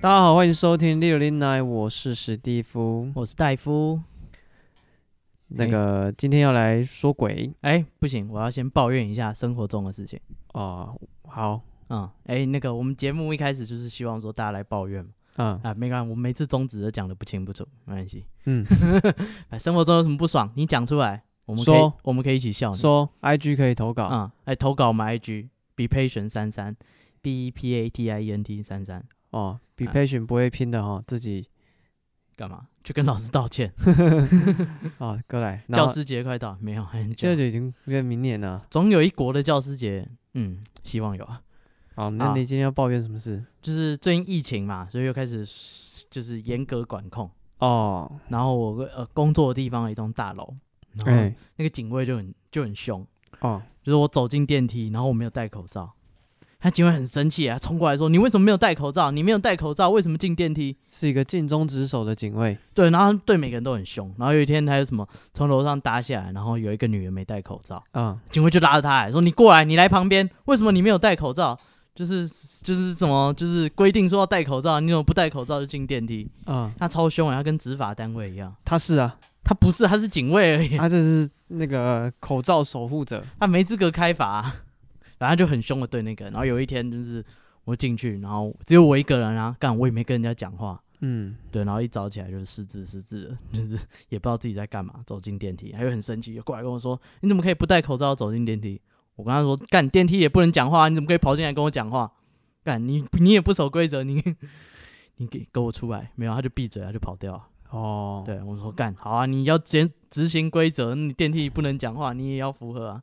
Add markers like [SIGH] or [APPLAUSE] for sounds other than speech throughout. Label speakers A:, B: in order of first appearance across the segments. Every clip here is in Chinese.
A: 大家好，欢迎收听六零奶，我是史蒂夫。
B: 我是戴夫。
A: 那
B: 诶
A: 个今天要来说鬼
B: 哎、不行，我要先抱怨一下生活中的事情。
A: 哦，好，
B: 嗯，哎、那个我们节目一开始就是希望说大家来抱怨嘛。
A: 嗯
B: 啊，没关系，我们每次宗旨都讲的不清不楚，没关系。
A: 嗯，
B: [LAUGHS] 哎，生活中有什么不爽，你讲出来，我们可以
A: 说
B: 我们可以一起笑你。
A: 说 IG 可以投稿，
B: 嗯，哎、投稿我们 IG be patient 三三 b e p a t i e n t 三三，
A: 哦，比
B: 啊
A: patient 不会拼的哈，自己
B: 干嘛？去跟老师道歉。
A: 哦，哥来，嗯然
B: 教
A: 后
B: 师节快到，没有，还很久
A: 这就已经约明年了。
B: 总有一国的教师节，嗯，希望有啊。
A: 好，那
B: 啊
A: 你今天要抱怨什么事？
B: 就是最近疫情嘛，所以又开始就是严格管控。
A: 哦，
B: 然后我呃工作的地方有一栋大楼，然后
A: 哎，
B: 那个警卫就很就很凶，
A: 哦，
B: 就是我走进电梯，然后我没有戴口罩，他警卫很生气啊，冲过来说：“你为什么没有戴口罩？你没有戴口罩，为什么进电梯
A: 是一个尽忠职守的警卫。？”
B: 对，然后他对每个人都很凶。然后有一天，他有什么从楼上搭下来，然后有一个女人没戴口罩，
A: 嗯，
B: 警卫就拉着他来说：“你过来，你来旁边，为什么你没有戴口罩？就是就是什么，就是规定说要戴口罩，你怎么不戴口罩就进电梯？
A: 嗯，
B: 他超凶啊，他跟执法单位一样。
A: 他是
B: [LAUGHS]
A: 啊，
B: 他不是，他是警卫而
A: [LAUGHS]
B: 已。
A: 他就是那个口罩守护者。
B: 他没资格开罚、啊，然后他就很凶的对那个人。然后有一天就是我进去，然后只有我一个人啊，干我也没跟人家讲话，
A: 嗯，
B: 对，然后一早起来就是失智失智的， [LAUGHS] 就是也不知道自己在干嘛，走进电梯，他又很生气，又过来跟我说：“你怎么可以不戴口罩走进电梯？”我跟他说：“干电梯也不能讲话，啊你怎么可以跑进来跟我讲话？干你你也不守规则，你你给给我出来！”没有，他就闭嘴，他就跑掉了。
A: 哦，
B: 对我说：“干好啊，你要执执行规则，你电梯不能讲话，你也要符合啊。”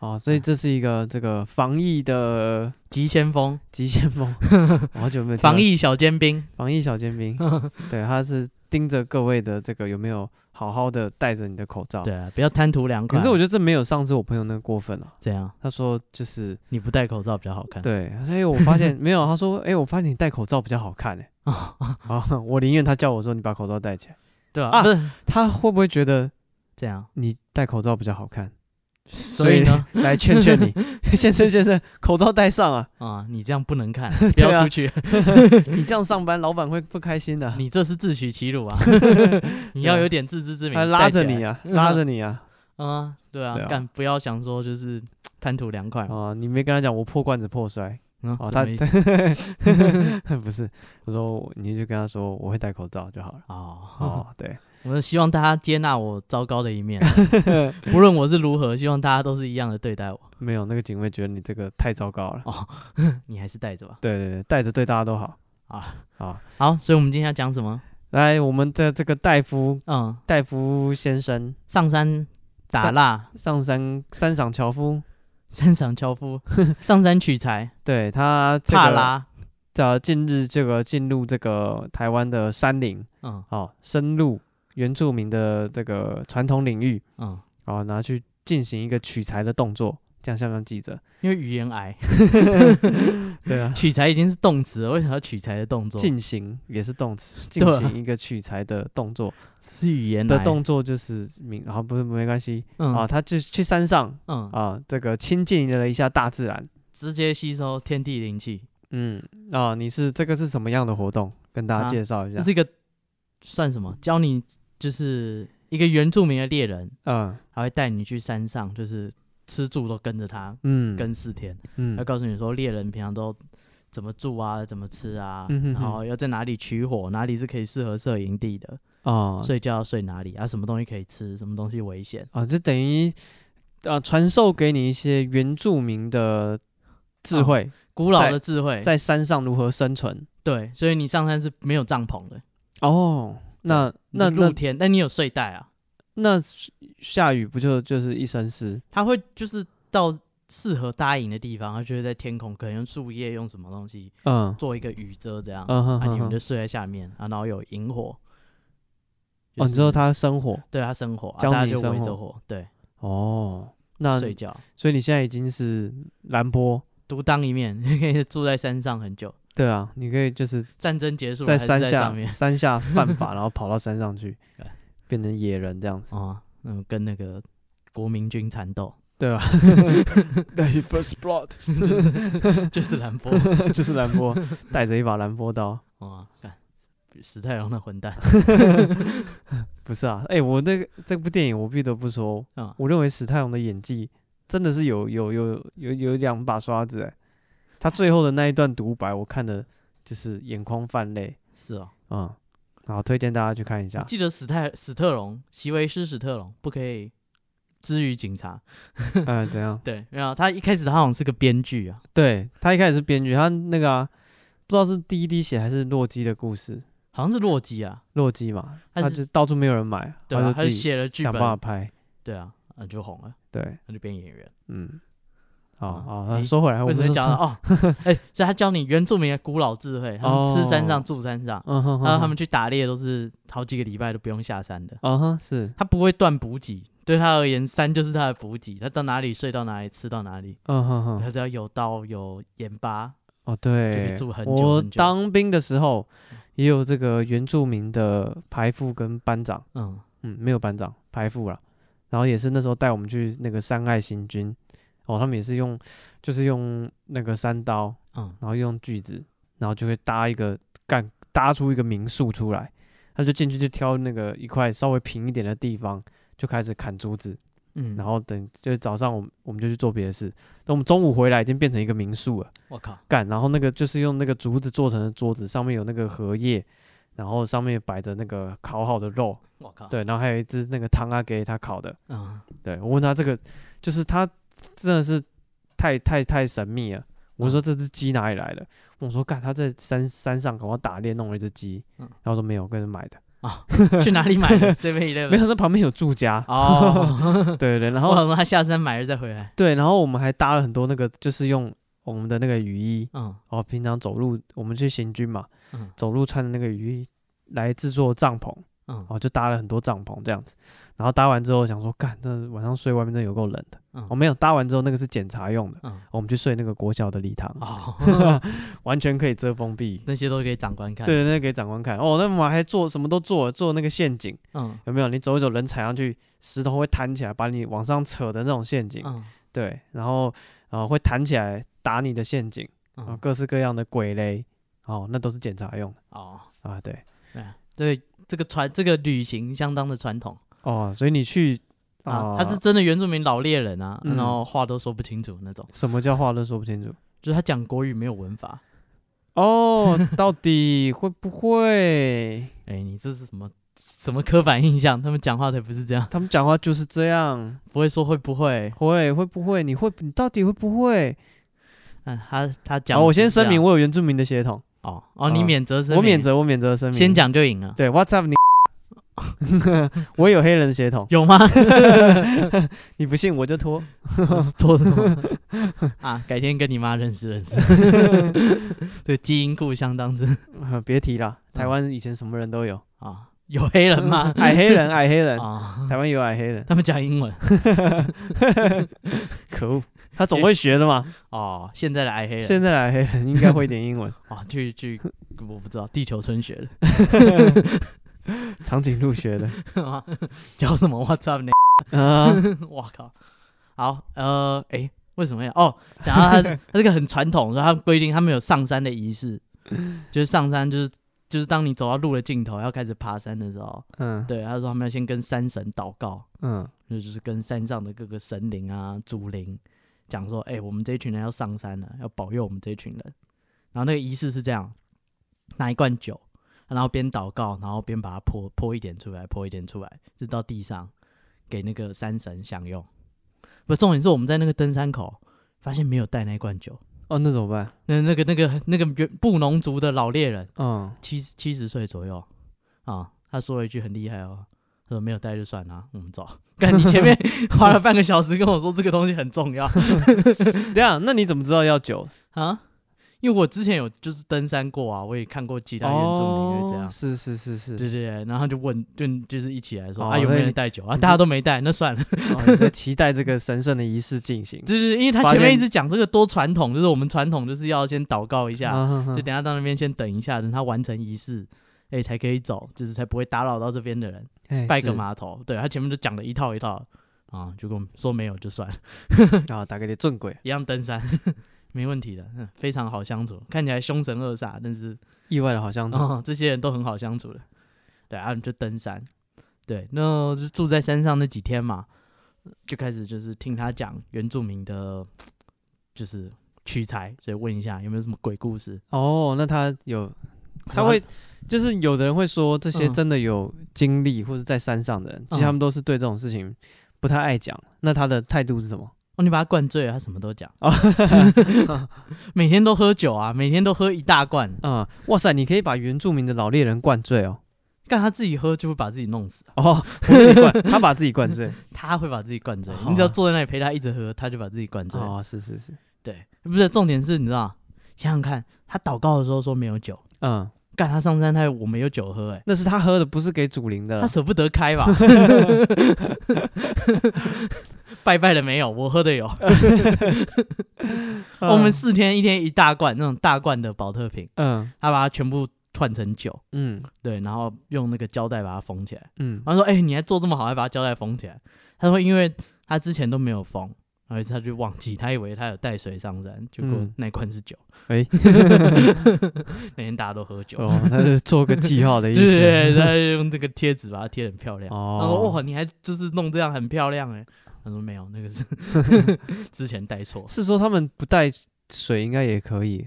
A: 哦，所以这是一个这个防疫的
B: 急先锋，
A: 急先锋，
B: [LAUGHS]
A: 我好久没有听到
B: 防疫小尖兵，
A: 防疫小尖
B: [LAUGHS]
A: 兵，对，他是盯着各位的这个有没有好好的戴着你的口罩。
B: 对，啊，不要贪图凉快。
A: 可是我
B: 觉
A: 觉得这没有上次我朋友那个过分啊。
B: 得这样，
A: 他说就是
B: 你不戴口罩比较好看。
A: 对，他说哎、我发现没有，他说哎、我发现你戴口罩比较好看
B: [LAUGHS]
A: 哎、
B: 啊，
A: 啊，我宁愿他叫我说你把口罩戴起来，
B: [LAUGHS] 对啊，
A: 啊
B: 不是
A: 他会不会觉得
B: 这样，
A: 你戴口罩比较好看？
B: 所以呢，
A: 来劝劝
B: [LAUGHS]
A: 你，先生先生，口罩戴上啊！
B: 啊，你这样不能看，不要
A: [LAUGHS]
B: 出去，
A: 你这样上班，老板会不开心的、
B: 你这是自取其
A: [LAUGHS]
B: 辱啊！你要有点自知之明，
A: 他啊拉着你
B: 啊，
A: 啊，拉着你啊！
B: 嗯，对啊
A: 对啊，
B: 干不要想说就是贪图凉快，
A: 啊，你没跟他讲我破罐子破摔， [LAUGHS]
B: 嗯
A: 哦，
B: 什
A: 他
B: 么意思
A: 不是，我说你就跟他说我会戴口罩就好了。
B: 哦，
A: 哦，对，
B: [LAUGHS] 我希望大家接纳我糟糕的
A: [LAUGHS]
B: 一面，啊不论我是如何，希望大家都是一样的对待我。
A: 没有那个警卫觉得你这个太糟糕了。
B: 哦，你还是带着吧。
A: 对对对，戴着对大家都好。
B: [LAUGHS] 啊，
A: 好，
B: 好，所以我们今天要讲什么？
A: 来，我们的这个戴夫
B: 嗯，
A: 戴夫先生
B: 上山打蜡，
A: 上山山上樵夫，
B: 山上樵夫， [LAUGHS] 上山取材，
A: 对他这
B: 帕
A: 个
B: 拉，
A: 呃近日这个进入这个台湾的山林
B: 嗯
A: 哦，深入原住民的这个传统领域
B: 嗯，
A: 哦，拿去进行一个取材的动作，这样像不像记者？ [LAUGHS]
B: 因为语言癌，
A: 对啊，
B: 取材已经是动词了，为什么要取材的动作？
A: 进行也是动词，进
B: [LAUGHS] 对啊
A: 行一个取材的动作
B: [LAUGHS] 是语言
A: 的
B: 癌
A: 动作就是名，啊不是没关系啊，
B: 嗯
A: 他就去山上
B: 嗯，
A: 啊，这个亲近了一下大自然，
B: 直接吸收天地灵气，
A: 嗯啊，你是这个是什么样的活动？跟大家
B: 啊
A: 介绍一
B: 这
A: 下，
B: 是一个算什么？教你就是一个原住民的猎人，
A: 嗯
B: 还会带你去山上，就是吃住都跟着他
A: 嗯
B: 跟四天，
A: 嗯
B: 他告诉你说猎人平常都怎么住啊，怎么吃啊，
A: 嗯哼
B: 然
A: 哼
B: 后要在哪里取火，哪里是可以适合设营地的。
A: 啊
B: 睡觉要睡哪里啊？什么东西可以吃？什么东西危险？
A: 啊，就等于啊传授给你一些原住民的智
B: 啊
A: 慧，
B: 古老
A: 在
B: 的智慧，
A: 在山上如何生存。
B: 对，所以你上山是没有帐篷的，
A: 哦，那
B: 你
A: 那
B: 是露
A: 那
B: 天，但你有睡袋啊。
A: 那下雨不就就是一身湿？
B: 它会就是到适合搭营的地方，它就会在天空，可能用树叶用什么东西
A: 嗯
B: 做一个雨遮，这样、
A: 嗯哼
B: 啊，你们
A: 哼
B: 就
A: 哼。
B: 睡在下面啊，然后有萤火。
A: 哦，你
B: 就
A: 说
B: 是
A: 他生火
B: 对他生火，啊、
A: 教
B: 大家
A: 你
B: 就
A: 生
B: 围着
A: 火
B: 火，对，
A: 哦，那
B: 睡觉，
A: 所以你现在已经是蓝波，
B: 独当一面， [LAUGHS] 你可以住在山上很久。
A: 对啊，你可以就是
B: 战争结束了
A: 在
B: 还是
A: 山
B: 在
A: 下
B: 上
A: [LAUGHS]
B: 面
A: 山下犯法，然后跑到山上去
B: [LAUGHS] 对，
A: 变成野人这样
B: [LAUGHS]
A: 子。
B: 啊，嗯，跟那个国民军缠斗。 [LAUGHS]
A: 对啊对，First Blood
B: 就是兰博。
A: 就是蓝波，带着一把蓝波刀。
B: 哇，干史泰龙那混蛋
A: 不是啊，哎、我那个这部电影，我不得不说，
B: 啊！
A: 我认为史泰龙的演技真的是有有有有有两把刷子哎、他最后的那一段独白，我看的就是眼眶泛泪
B: 是哦，
A: 啊、嗯，好推荐大家去看一
B: 你 [LAUGHS]
A: 下。
B: 记得史泰史特龙，席维斯史特龙不可以之于警察。
A: 嗯、怎样？
B: 对，然后他一开始他好像是个编剧啊，
A: 对他一开始是编剧，他那个啊，不知道是第一滴血还是洛基的故事，
B: 好像是洛基啊，
A: 洛基嘛，
B: 他
A: 他
B: 是
A: 就到处没有人买，
B: 对啊，
A: 就
B: 他
A: 自己
B: 就写了剧
A: 想办法
B: 本，
A: 拍。
B: 对啊，啊就红了，
A: 对，
B: 他就变演员。
A: 嗯，好
B: 啊
A: 好，
B: 诶
A: 那说回来，我们
B: 为什么
A: 是
B: 讲
A: 说
B: 到哦？哎，所以他教你原住民的古老智慧，他们
A: 哦
B: 吃山上住山上，
A: [LAUGHS] 嗯哼哼，
B: 然后他
A: 哼
B: 们去打猎都是好几个礼拜都不用下山的，
A: 啊哈是，
B: 他不会断补给，对他而言，山就是他的补给，他到哪里睡到哪里，吃到哪里，
A: 嗯哼
B: 他
A: 哼，
B: 只要有刀有盐巴，
A: 哦
B: 可
A: 对
B: 以，住很久
A: 我
B: 很久
A: 当兵的时候也有这个原住民的排副跟班长，
B: 嗯，
A: 嗯，没有班长排副了，然后也是那时候带我们去那个山爱行军，哦，他们也是用就是用那个山刀，
B: 嗯，
A: 然后用锯子，然后就会搭一个干搭出一个民宿出来。他就进去就挑那个一块稍微平一点的地方，就开始砍竹子，
B: 嗯，
A: 然后等就是早上我们我们就去做别的事。等我们中午回来已经变成一个民宿了，
B: 我靠，
A: 干，然后那个就是用那个竹子做成的桌子，上面有那个荷叶，然后上面摆着那个烤好的肉，
B: 我靠，，
A: 对，然后还有一只那个汤阿给他烤的，
B: 嗯，
A: 对我问他这个，就是他真的是太太太神秘了。
B: 嗯
A: 我说这只鸡哪里来的？我说干，他在山山上搞我打猎弄了一只鸡，
B: 嗯
A: 然后说没有，跟人买的，
B: 去哪里买
A: [LAUGHS]
B: 的？Seven
A: 没
B: Eleven
A: 有，那旁边有住家。
B: 哦，
A: [LAUGHS] 对对，然
B: 然
A: 后
B: 后他下山买了再回来，
A: 对，然后我们还搭了很多那个，就是用我们的那个雨衣，
B: 嗯
A: 哦，平常走路我们去行军嘛，
B: 嗯
A: 走路穿的那个雨衣来制作帐篷，
B: 嗯
A: 哦，就搭了很多帐篷这样子。然后搭完之后想说，干，这晚上睡外面真的有够冷的。
B: 嗯
A: 哦，没有，搭完之后那个是检查用的。
B: 嗯，
A: 我们去睡那个国小的礼堂，
B: 哦，
A: [LAUGHS]
B: [LAUGHS]
A: 完全可以遮风避雨。
B: 那些都给长官看，，
A: 对，那个给长官看哦，那我们还做什么都做，做那个陷阱
B: 嗯
A: 有没有？你走一走，人踩上去，石头会弹起来，把你往上扯的那种陷阱，
B: 嗯
A: 对，然后呃会弹起来打你的陷阱，然后
B: 嗯，
A: 各式各样的鬼雷，哦，那都是检查用的
B: 哦，
A: 啊，对，
B: 对，这个传这个旅行相当的传统。
A: 哦，所以你去
B: 啊，
A: 啊，
B: 他是真的原住民老猎人啊，
A: 嗯
B: 然后话都说不清楚那种，
A: 什么叫话都说不清楚
B: 就是他讲国语没有文法。
A: 哦，到底会不会
B: 哎、你这是什么什么刻板印象？他们讲话才不是这样，
A: 他们讲话就是这样？
B: 不会说会不会？
A: 会会不会？你会你到底会不会？
B: 嗯、他他讲、
A: 好，哦我先声明，我有原住民的血统，
B: 哦哦，你
A: 啊
B: 免责声明，
A: 我免责，我免责声明。
B: 先，讲就赢了，
A: 对，What's up 你？我有黑人血统，
B: 有吗？ [LAUGHS]
A: 你不信我就脱。 [LAUGHS]
B: 多什么 [LAUGHS] 啊？改天跟你妈认识认识， [LAUGHS] 对，基因库相当之
A: 呃别提了，台
B: 嗯
A: 湾以前什么人都有，
B: 啊，有黑人吗？
A: 矮黑人，矮黑人，
B: [LAUGHS] 啊，
A: 台湾有矮黑人，
B: 他们讲英文
A: 可恶，他总会学的
B: [LAUGHS]
A: 嘛。
B: 哦，现在的矮黑人 [LAUGHS]
A: 现在的矮黑人应该会点英文，
B: 啊，去去，我不知道，地球村学的。
A: [LAUGHS] 长颈鹿学的
B: 叫哦什么 What's up 呢？
A: 啊，
B: [LAUGHS] 我靠！好，呃，诶，为什么要？哦，然后他他这个很传统，然后他们规定他们有上山的仪式，就是上山就是就是当你走到路的尽头要开始爬山的时候，
A: [LAUGHS] 嗯
B: 对，他说他们要先跟山神祷告，
A: 嗯
B: 那就是跟山上的各个神灵啊、祖灵讲说，哎诶，我们这一群人要上山了，要保佑我们这一群人。然后那个仪式是这样，拿一罐酒，然后边祷告，然后边把它泼泼一点出来，泼一点出来，直到地上给那个山神享用。不，重点是我们在那个登山口发现没有带那一罐酒，
A: 哦，那怎么办？
B: 那那个那个那个原布农族的老猎人，
A: 嗯，
B: 七十七十岁左右啊，他说了一句很厉害哦，他说没有带就算了，我们走。 [LAUGHS] 干，你
A: [LAUGHS]
B: 前面花了半个小时跟我说这个东西很重要
A: 这样，那你怎么知道要酒？
B: 啊，因为我之前有就是登山过啊，我也看过其他原住民会
A: 哦
B: 这样，。
A: 是是是是，
B: 对对对，然后他就问，就就是一起来说、
A: 哦
B: 啊，有没
A: 那
B: 有
A: 你
B: 人带酒啊？
A: 你
B: 大家都没带，那算了。 [LAUGHS]
A: 哦你在期待这个神圣的仪式进行。
B: 就是因为他
A: 发
B: 前面
A: 现
B: 一直讲这个多传统，就是我们传统就是要先祷告一下，
A: 啊哼哼
B: 就等他到那边先等一下，等他完成仪式，哎、才可以走，就是才不会打扰到这边的人。
A: 哎
B: 拜个
A: 是
B: 码头，对他前面就讲了一套一套啊，就跟我们说没有就算了，
A: 啊，打给你正轨。
B: [LAUGHS] 一样登山没问题的，嗯非常好相处，看起来凶神恶煞，但是
A: 意外的好像
B: 哦，这些人都很好相处的。对啊，你就登山，对，那就住在山上那几天嘛，就开始就是听他讲原住民的，就是取材，所以问一下有没有什么鬼故事？
A: 哦，那他有他会就是有的人会说，这些
B: 嗯
A: 真的有经历或者在山上的人，其
B: 嗯
A: 实他们都是对这种事情不太爱讲。那他的态度是什么？
B: 哦，你把他灌醉了，他什么都讲，
A: 哦
B: [LAUGHS] 每天都喝酒啊，每天都喝一大罐，
A: 啊、哇塞，你可以把原住民的老猎人灌醉哦。
B: 干他自己喝就会把自己弄死，
A: 哦，不是你灌，他把自己灌 [LAUGHS] 醉。
B: 他会把自己灌醉，
A: 好啊
B: 你只要坐在那里陪他一直喝，他就把自己灌醉。
A: 哦，是是是，
B: 对，不是重点是，你知道，想想看，他祷告的时候说没有酒，
A: 嗯，
B: 干他上山他我没有酒喝、欸，
A: 那是他喝的，不是给祖灵的
B: 他
A: 啦。
B: 舍不得开吧？ [LAUGHS] 拜拜了没有？我喝的有，我们四天一天一大罐那种大罐的保特瓶，
A: 嗯
B: 他把它全部串成酒，
A: 嗯
B: 对，然后用那个胶带把它封起来。
A: 嗯
B: 他说：“哎、你还做这么好，还把它胶带封起来。”他说：“因为他之前都没有封，然后有一次他就忘记，他以为他有带水上山，结果
A: 嗯
B: 那一罐是酒。
A: 哎
B: [LAUGHS] 那天大家都喝酒，
A: 哦，他就是做个记号的意
B: [LAUGHS] 对
A: 思。
B: 对对，他就用这个贴纸把它贴得很漂亮。他说：“
A: [LAUGHS] 哦，
B: 哇，你还就是弄这样很漂亮哎、他说：“没有，那个
A: [LAUGHS]
B: 是之前带错。
A: 是说他们不带水应该也可以，”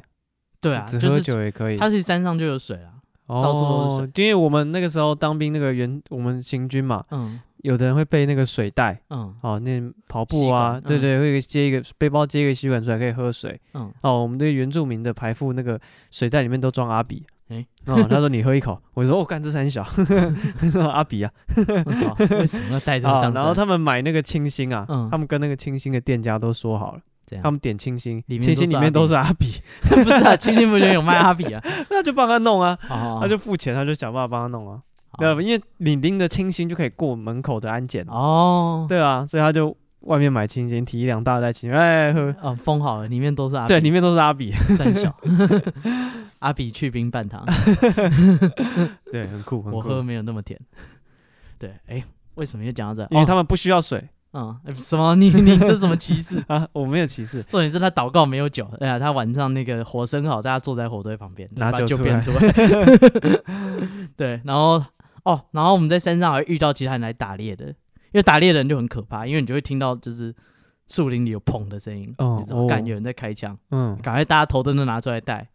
B: 对啊，
A: 只
B: 就
A: 只喝
B: 是
A: 酒也可以。
B: 他是山上就有水啊。到处都是
A: 哦，因为我们那个时候当兵，那个原我们行军嘛，
B: 嗯
A: 有的人会背那个水袋， [LAUGHS]
B: 嗯
A: 哦，那跑
B: 吸
A: 步
B: 管
A: 啊，对
B: 嗯
A: 对，会接一个背包接一个吸管出来可以喝水。
B: 嗯，
A: 哦，我们这个原住民的排副那个水袋里面都装阿比。
B: 诶
A: 哦，他说你喝一口，我就说我哦干、这三小， [LAUGHS] 他说阿比啊，
B: 我操，为什么要带这个上
A: 啊，
B: 山？
A: 然后他们买那个清新啊，
B: 嗯
A: 他们跟那个清新的店家都说好了，
B: 这样 [LAUGHS]
A: 他们点清新，
B: 里面
A: 清新
B: 都是
A: 里
B: 阿
A: 面
B: 比
A: 都是阿比， [LAUGHS]
B: 不是啊，清新不觉得有卖阿比啊？
A: 那就帮他弄啊，
B: 哦，
A: 他就付钱，他就想办法帮他弄啊，
B: 好
A: 对吧，因为你拎着清新就可以过门口的安检啊，
B: 哦，
A: 对啊，所以他就外面买清新，提一两大袋清新，哎喝，
B: 哦，封好了，里面都是阿比
A: 对，里面都是阿比， [LAUGHS]
B: 三小， [LAUGHS] 阿比去冰半糖，
A: 对，很酷，很
B: 我喝
A: 酷，
B: 没有那么甜。对，哎，为什么又讲到这？
A: 因为
B: 哦
A: 他们不需要水
B: 嗯，哎什么？你你这什么歧视？ [LAUGHS]
A: 啊，我没有歧视，
B: 重点是他祷告没有酒，哎呀，他晚上那个火生好，大家坐在火堆旁边，
A: 拿
B: 把
A: 酒
B: 酒
A: 出
B: 变
A: 来
B: 出来。 [LAUGHS] 对，然后哦，然后我们在山上还遇到其他人来打猎的，因为打猎的人就很可怕，因为你就会听到就是树林里有砰的声音，
A: 哦
B: 你知道，感
A: 哦
B: 有人在开枪，
A: 嗯，
B: 赶快大家头灯都拿出来戴，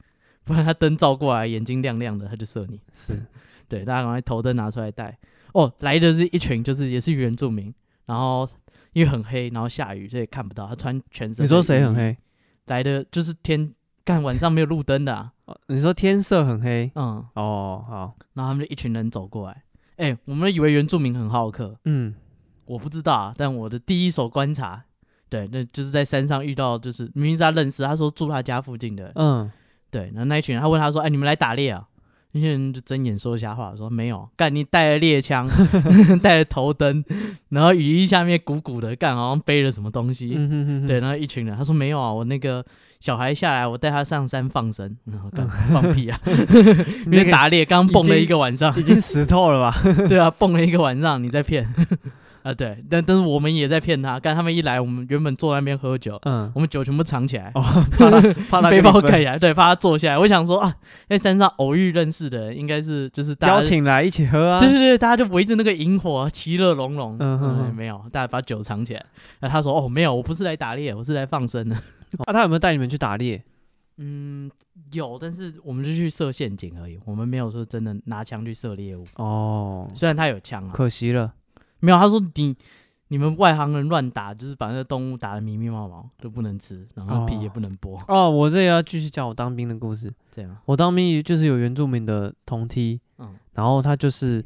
B: 不然他灯照过来，眼睛亮亮的，他就射你。
A: 是，
B: [LAUGHS] 对，大家赶快头灯拿出来戴。哦，来的是一群，就是也是原住民，然后因为很黑，然后下雨，所以看不到。他穿全身。
A: 你说谁很？黑？
B: 来的就是天，干晚上没有路灯的、啊， [LAUGHS]
A: 哦你说天色很黑，
B: 嗯，
A: 哦，好，
B: 然后他们就一群人走过来。哎、我们以为原住民很好客，
A: 嗯，
B: 我不知道啊，但我的第一手观察，对，那就是在山上遇到，就是明明是他认识，他说住他家附近的人，
A: 嗯，
B: 对，然后那一群人，他问他说：“哎，你们来打猎啊？”那些人就睁眼说瞎话，说没有，干你带了
A: [LAUGHS]
B: 猎枪，带了头灯，然后雨衣下面鼓鼓的，干好像背了什么东西。
A: 嗯哼哼哼
B: 对，，然后一群人，他说没有啊，我那个小孩下来，我带他上山放生， [LAUGHS] 然后干放屁啊，
A: [LAUGHS] 嗯 [LAUGHS]
B: 因
A: 那
B: 为
A: 个
B: 打猎刚蹦了一个晚上，
A: 已经死透了吧？ [LAUGHS]
B: 对啊，蹦了一个晚上，你在骗 [LAUGHS] 啊？对，但但是我们也在骗他，干他们一来，我们原本坐在那边喝酒，
A: 嗯，
B: 我们酒全部藏起来，
A: 哦，怕他怕他 [LAUGHS]
B: 背包盖
A: 给
B: 起来，对，怕他坐下来。我想说啊，在山上偶遇认识的人，应该是就是大家，
A: 邀请来一起喝啊
B: 对，对对，大家就围着那个萤火，啊其乐融融。
A: 嗯
B: 嗯
A: 哼哼
B: 没有，大家把酒藏起来。那他说哦，没有，我不是来打猎，我是来放生的。 [LAUGHS]
A: 啊，他有没有带你们去打猎？
B: 嗯，有，但是我们就去设陷阱而已，我们没有说真的拿枪去射猎物。
A: 哦，
B: 虽然他有枪啊，
A: 可惜了，
B: 没有，他说你。你们外行人乱打，就是把那个动物打得迷迷毛毛，都不能吃，然后皮也不能剥，
A: 哦，我这也要继续讲我当兵的故事。
B: 这样。
A: 我当兵就是有原住民的同梯，
B: 嗯
A: 然后他就是，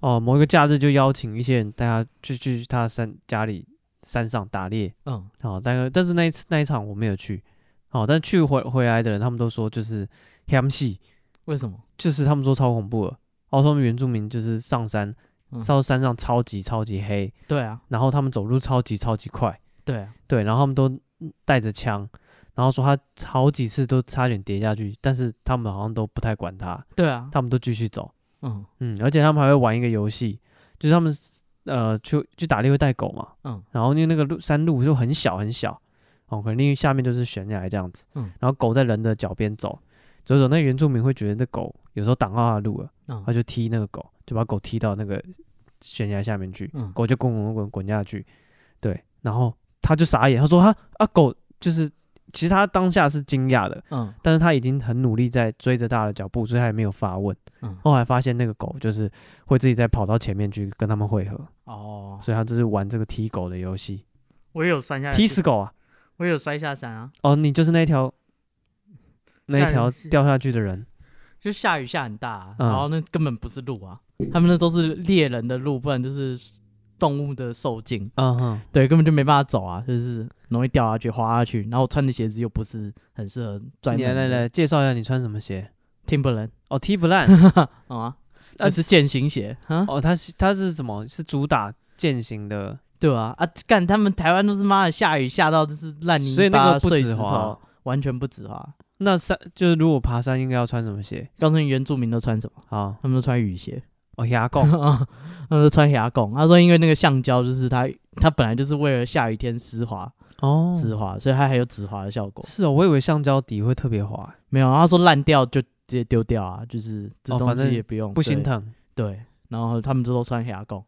A: 哦、某一个假日就邀请一些人带他去去他山家里山上打猎，
B: 嗯
A: 哦，但是但是那一次那一场我没有去，哦，但去回回来的人他们都说就是黑戏，
B: 为什么？
A: 就是他们说超恐怖的，然后他们原住民就是上山
B: 嗯，
A: 到山上超级超级黑，
B: 对啊，
A: 然后他们走路超级超级快，
B: 对啊，
A: 对，然后他们都带着枪，然后说他好几次都差点跌下去，但是他们好像都不太管他，
B: 对啊，
A: 他们都继续走，
B: 嗯
A: 嗯，而且他们还会玩一个游戏，就是他们呃去去打猎会带狗嘛，
B: 嗯
A: 然后因为那个路山路就很小很小，哦，可能因为下面就是悬崖这样子，
B: 嗯
A: 然后狗在人的脚边走，走走，那原住民会觉得这狗有时候挡到他的路了，
B: 嗯
A: 他就踢那个狗，就把狗踢到那个悬崖下面去，
B: 嗯
A: 狗就滚滚滚滚滚下去。对，然后他就傻眼，他说他啊狗就是，其实他当下是惊讶的，
B: 嗯
A: 但是他已经很努力在追着大家的脚步，所以他也没有发问。
B: 嗯
A: 后来发现那个狗就是会自己再跑到前面去跟他们会合，
B: 哦，
A: 所以他就是玩这个踢狗的游戏，
B: 我也有摔下来
A: 踢死狗啊！
B: 我也有摔下山啊，
A: 哦，你就是那条那一
B: 干
A: 条
B: 是
A: 掉下去的人，
B: 就下雨下很大啊、
A: 嗯
B: 然后那根本不是路啊，他们那都是猎人的路，不然就是动物的受惊，
A: 嗯哼，
B: 对，根本就没办法走啊，就是容易掉下去、滑下去。然后我穿的鞋子又不是很适合专
A: 你
B: 业
A: 来来来介绍一下你穿什么鞋？ [LAUGHS]
B: ，Timberland
A: 哦，踢不烂，
B: 好啊，
A: 那
B: 那是践行鞋啊，
A: 哦，它是它是什么？是主打践行的，
B: 对啊，啊，干他们台湾都是妈的下雨下到就是烂泥
A: 所以那
B: 巴、
A: 个不
B: 碎
A: 止
B: 石头
A: 滑，。
B: 完全不止滑。
A: 那山就是如果爬山应该要穿什么鞋？
B: 告诉你原住民都穿什么，
A: 好，
B: 他们都穿雨鞋，
A: 哦，牙 [LAUGHS]
B: 他 [LAUGHS]
A: 膏
B: 们都穿牙拱。他说啊因为那个橡胶就是它，它本来就是为了下雨天湿滑
A: 哦，
B: 直滑，所以它还有止滑的效果。
A: 是哦，我以为橡胶底会特别滑，
B: 没有，他说烂掉就直接丢掉啊，就是这
A: 哦
B: 东
A: 反正
B: 西也不用，
A: 不心
B: 对
A: 疼。
B: 对，然后他们就都穿黑牙弓，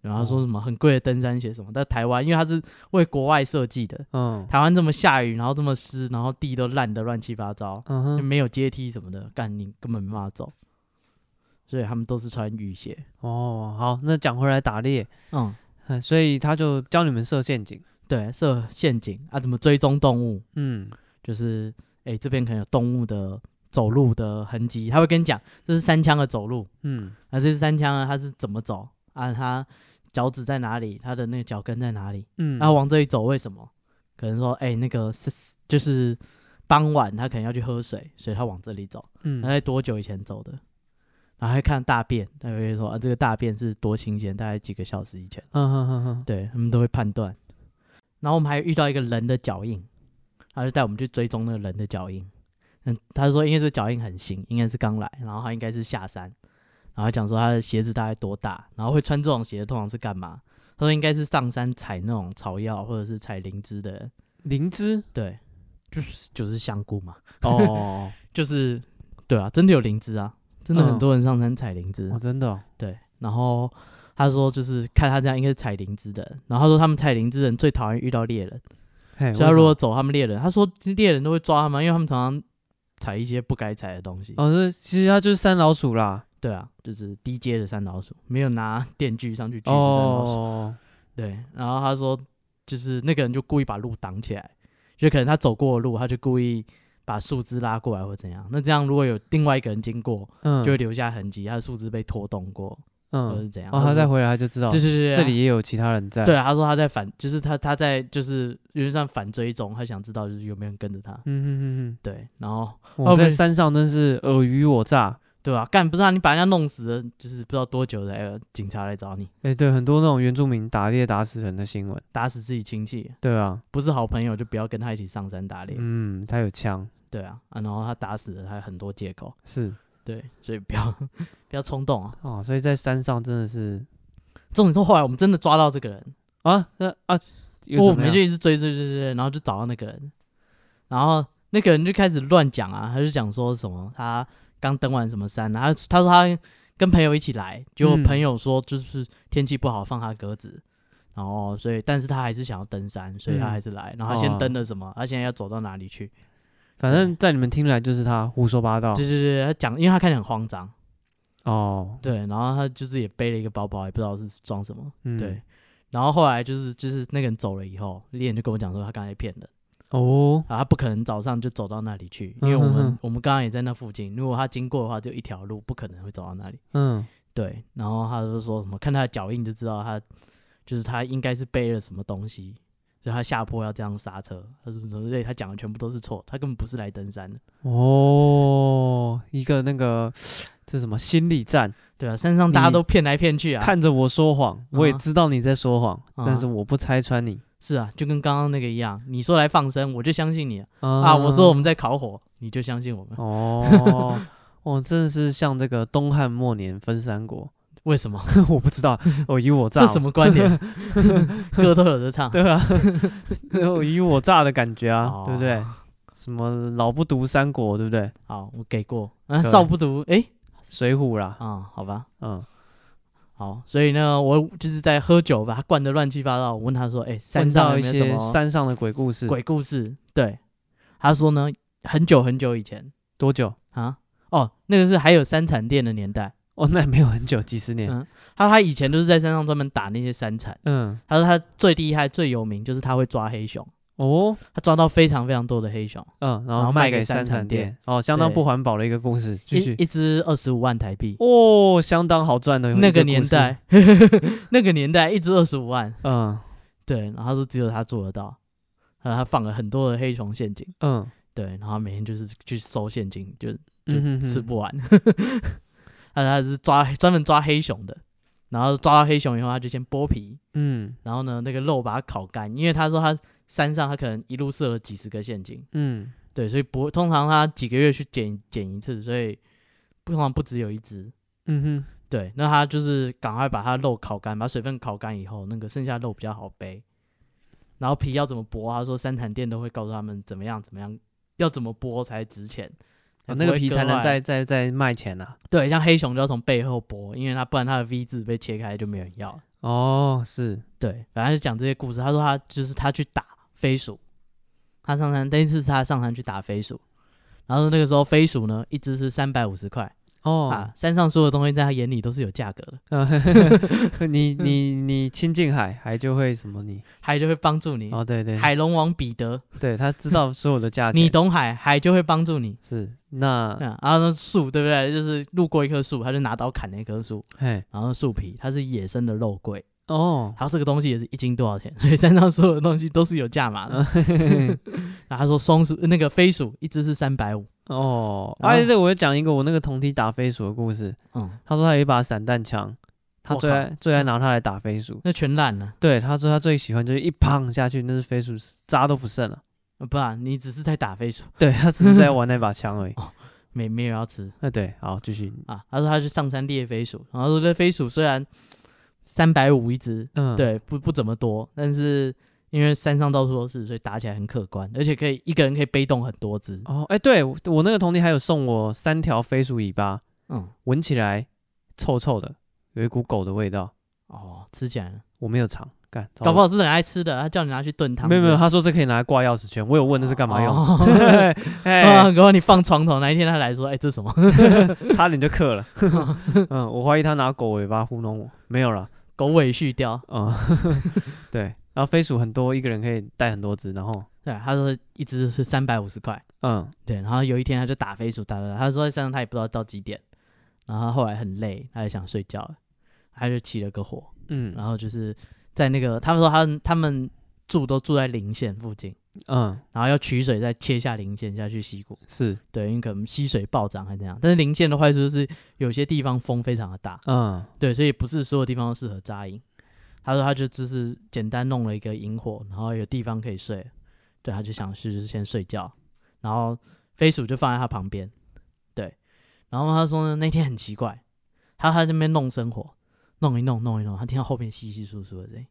B: 然后他说什么很贵的登山鞋什么，但台湾因为它是为国外设计的，
A: 嗯
B: 台湾这么下雨，然后这么湿，然后地都烂得乱七八糟，
A: 嗯
B: 就
A: 哼，
B: 没有阶梯什么的，干你根本没办法走，所以他们都是穿雨鞋。
A: 哦，好，那讲回来打猎，
B: 嗯，
A: 嗯所以他就教你们设陷阱。
B: 对，设陷阱啊，怎么追踪动物？
A: 嗯，
B: 就是诶，这边可能有动物的走路的痕迹，他会跟你讲这是三枪的走路，
A: 嗯，
B: 啊，这是三枪啊，它是怎么走啊？它脚趾在哪里？它的那个脚跟在哪里？
A: 嗯，
B: 然后往这里走，为什么？可能说，哎、那个是就是傍晚，他可能要去喝水，所以他往这里走。
A: 嗯
B: 他在多久以前走的？然后还看大便，他会说啊，这个大便是多新鲜，大概几个小时以前。
A: 嗯哼哼哼，
B: 对他们都会判断。然后我们还遇到一个人的脚印，他就带我们去追踪那个人的脚印。嗯，他说因为这脚印很新，应该是刚来，然后他应该是下山，然后讲说他的鞋子大概多大，然后会穿这种鞋通常是干嘛？他说应该是上山采那种草药或者是采灵芝的人，
A: 灵芝
B: 对，就是就是香菇嘛，
A: 哦，
B: [LAUGHS] 就是对啊，真的有灵芝啊，真的很
A: 嗯
B: 多人上山采灵
A: [LAUGHS]
B: 芝，
A: 哦，真的哦，
B: 对，然后他说就是看他这样应该是采灵芝的人，然后他说他们采灵芝的人最讨厌遇到猎人，
A: 嘿，
B: 所以
A: 哎为
B: 他
A: 什
B: 如
A: 么
B: 果走他们猎人，他说猎人都会抓他们，因为他们常常采一些不该采的东西。
A: 哦，这其实他就是三老鼠啦。
B: 对啊，就是低阶的山老鼠，没有拿电锯上去锯的山老鼠。
A: 哦，
B: 对，然后他说就是那个人就故意把路挡起来，就可能他走过的路，他就故意。把树枝拉过来或怎样？那这样如果有另外一个人经过，
A: 嗯，
B: 就会留下痕迹，他的树枝被拖动过，或者
A: 嗯，
B: 是怎样？
A: 哦，他
B: 说
A: 再回来他就知道，
B: 对对对，对
A: 这里也有其他人在。
B: 对，，啊他说他在反，就是他他在就是有点像反追踪，他想知道就是有没有人跟着他。
A: 嗯哼
B: 对，然后
A: 哼哼，我
B: 哦不
A: 在
B: 是
A: 山上真是尔虞我诈。
B: 对吧、干不是啊，你把人家弄死了，就是不知道多久的、哎警察来找你，
A: 哎，对，很多那种原住民打猎打死人的新闻。
B: 打死自己亲戚，
A: 对啊，
B: 不是好朋友就不要跟他一起上山打猎。
A: 嗯，他有枪，
B: 对啊啊，然后他打死了，还有很多借口。
A: 是
B: 对，所以不要 [LAUGHS] 不要冲动啊。
A: 哦，所以在山上真的是
B: 重点是后来我们真的抓到这个人，
A: 啊，那啊，又
B: 哦我
A: 怎么
B: 们
A: 样
B: 就一直追追追追，然后就找到那个人，然后那个人就开始乱讲啊，他就讲说什么他刚登完什么山啊，然后他说他跟朋友一起来，结果
A: 嗯
B: 朋友说就是天气不好放他鸽子，然后所以但是他还是想要登山，所以他
A: 嗯
B: 还是来，然后他先
A: 哦
B: 登了什么，他现在要走到哪里去？
A: 反正在你们听来就是他胡说八道
B: 对对对，他讲，因为他看起来很慌张，
A: 哦，
B: 对，然后他就是也背了一个包包，也不知道是装什么，
A: 嗯
B: 对。然后后来就是就是那个人走了以后，猎人就跟我讲说他刚才骗人。
A: 哦，
B: 啊，他不可能早上就走到那里去，因为我
A: 嗯
B: 们、
A: 哼哼
B: 我们刚刚也在那附近，如果他经过的话，就一条路，不可能会走到那里。
A: 嗯
B: 对，然后他就说什么，看他的脚印就知道他就是他应该是背了什么东西，所以他下坡要这样刹车。他说什么？对，他讲的全部都是错，他根本不是来登山的。
A: 哦，一个那个这什么心理战，
B: 对啊，山上大家
A: 你
B: 都骗来骗去啊。
A: 看着我说谎，我也
B: 啊
A: 知道你在说谎，
B: 啊
A: 但是我不拆穿你
B: 是啊，就跟刚刚那个一样，你说来放生，我就相信你啊。
A: 啊
B: 啊我说我们在烤火，你就相
A: [LAUGHS]
B: 信我们。
A: 哦， [LAUGHS] 哦，真的是像这个东汉末年分三国，
B: 为什么？
A: [LAUGHS] 我不知道，尔虞我诈，
B: 这
A: [LAUGHS]
B: 什？么观点？歌都有的唱。
A: 哦
B: [LAUGHS] 哦
A: 对啊，尔虞我诈的感觉啊，对不对？什么老不读三国，对不对？
B: 好，我给过。嗯、
A: 对
B: 少不读，诶，
A: 水浒啦，
B: 啊、好吧，
A: 嗯，
B: 好，所以呢，我就是在喝酒，把他灌得乱七八糟。我问他说：“哎、山
A: 问
B: 上
A: 到
B: 有
A: 一
B: 没有什
A: 些
B: 么
A: 山上的鬼故事，
B: 鬼故事？”对，他说呢，很久很久以前
A: 多久？
B: 啊，哦，那个是还有山产店的年代。
A: 哦，那也没有很久，几十年。
B: 嗯他说他以前都是在山上专门打那些山产。
A: 嗯，
B: 他说他最厉害、最有名就是他会抓黑熊，
A: 哦，
B: 他抓到非常非常多的黑熊，
A: 嗯，然
B: 然后
A: 后
B: 卖
A: 卖
B: 给
A: 给
B: 山
A: 山
B: 产
A: 产
B: 店
A: 店，哦，相当
B: 对
A: 不环保的一个故事。继续
B: 一，一只二十五万台币。
A: 哦，相当好赚的一
B: 那
A: 个
B: 个年
A: 故事，
B: 代， [LAUGHS] 那个年代一只二十五万，
A: 嗯
B: 对，然后他说只有他做得到，然后他放了很多的黑熊陷阱，
A: 嗯
B: 对，然后他每天就是去收现金，就
A: 嗯
B: 就
A: 哼哼
B: 吃不完。 [LAUGHS] 他他是抓专门抓黑熊的，然后抓到黑熊以后，他就先剥皮，
A: 嗯
B: 然后呢那个肉把它烤干，因为他说他山上他可能一路设了几十个陷阱，
A: 嗯，
B: 对，所以不通常他几个月去捡捡一次，所以不通常不只有一只。
A: 嗯
B: 对，那他就是赶快把它肉烤干，把水分烤干以后，那个剩下的肉比较好背。然后皮要怎么剥？他说三产店都会告诉他们怎么样怎么样，要怎么剥才值钱，
A: 哼，哦
B: 才
A: 那
B: 不
A: 个
B: 会
A: 皮
B: 割
A: 才能
B: 坏
A: 再再再卖钱呐。
B: 对，像黑熊就要从背后剥，因为它不然它的 V 字被切开就没有人要了。
A: 哦，是，
B: 对，反正就讲这些故事。他说他就是他去打飞鼠，他上山那一次是他上山去打飞鼠，然后那个时候飞鼠呢一只是三百五十块
A: 哦
B: 啊，，山上所有东西在他眼里都是有价格
A: [LAUGHS]
B: 的，
A: 你你你亲近海，海就会什么你？
B: 海就会帮助你。
A: 哦，对对，
B: 海龙王彼得，
A: 对他知道所有的
B: [LAUGHS]
A: 价钱。
B: 你懂海，海就会帮助你。
A: 是那
B: 嗯，然后那树对不对？就是路过一棵树，他就拿刀砍那棵树，
A: 嘿
B: 然后树皮它是野生的肉桂，
A: 哦，
B: 然后这个东西也是一斤多少钱， [LAUGHS] 所以山上所有的东西都是有价码的。然后他说松鼠 [LAUGHS] 那个飞鼠一只是三百五，
A: 哦，
B: 然
A: 而
B: 后
A: 且、这个我要讲一个我那个同梯打飞鼠的故事。
B: 嗯，
A: 他说他有一把散弹枪，他
B: 我
A: 最
B: 靠
A: 爱最爱拿它来打飞鼠。
B: 那全烂了。
A: 对，他说他最喜欢就是一砰下去，那只飞鼠渣都不剩了。
B: 呃不然你只是在打飞鼠，。
A: 对他只是在玩那把枪而已
B: 没没有要吃
A: 那对，好继续。
B: 啊。他说他去上山猎飞鼠，然后说这飞鼠虽然三百五一只，
A: 嗯，，
B: 对，不不怎么多，但是因为山上到处都是，所以打起来很可观，而且可以一个人可以背动很多只。
A: 哦，哎、对我我那个同弟还有送我三条飞鼠尾巴，
B: 嗯，
A: 闻起来臭臭的，有一股狗的味道，
B: 哦，吃起来了，
A: 我没有尝，干，
B: 搞不
A: 好
B: 好是很爱吃的，他叫你拿去炖汤
A: 哦
B: 之
A: 没
B: 类
A: 有
B: 的。
A: 没有，他说这可以拿来挂钥匙圈，我有问那是干嘛用，
B: 哦 [LAUGHS] 啊，
A: [LAUGHS] 哎，
B: 搞不好你放床头，哪一天他来说，哎，这是什么？
A: 差点就克
B: [LAUGHS]
A: 了，嗯，我怀疑他拿狗尾巴糊弄我，没有啦，
B: 狗尾续貂。
A: 嗯， [LAUGHS] 对，然后飞鼠很多，一个人可以带很多只，然后，
B: 对，他说一只是三百五十块。
A: 嗯，
B: 对，然后有一天他就打飞鼠，打打打，他说在山上他也不知道到几点，然后后来很累，他就想睡觉了，他就起了个火，然
A: 嗯
B: 后就是在那个他们说他们他们住都住在林县附近。
A: 嗯，
B: 然后要取水再切下零线下去溪谷，
A: 是，
B: 对，因为可能溪水暴涨还是怎样。但是零线的坏处就是有些地方风非常的大，
A: 嗯
B: 对，所以不是所有地方都适合扎营。他说他就只是简单弄了一个营火，然后有地方可以睡，对，他就想去就是先睡觉，然后飞鼠就放在他旁边，对，然后他说呢那天很奇怪，他他在那边弄生火，弄一弄弄一弄，他听到后面稀稀疏疏的声音，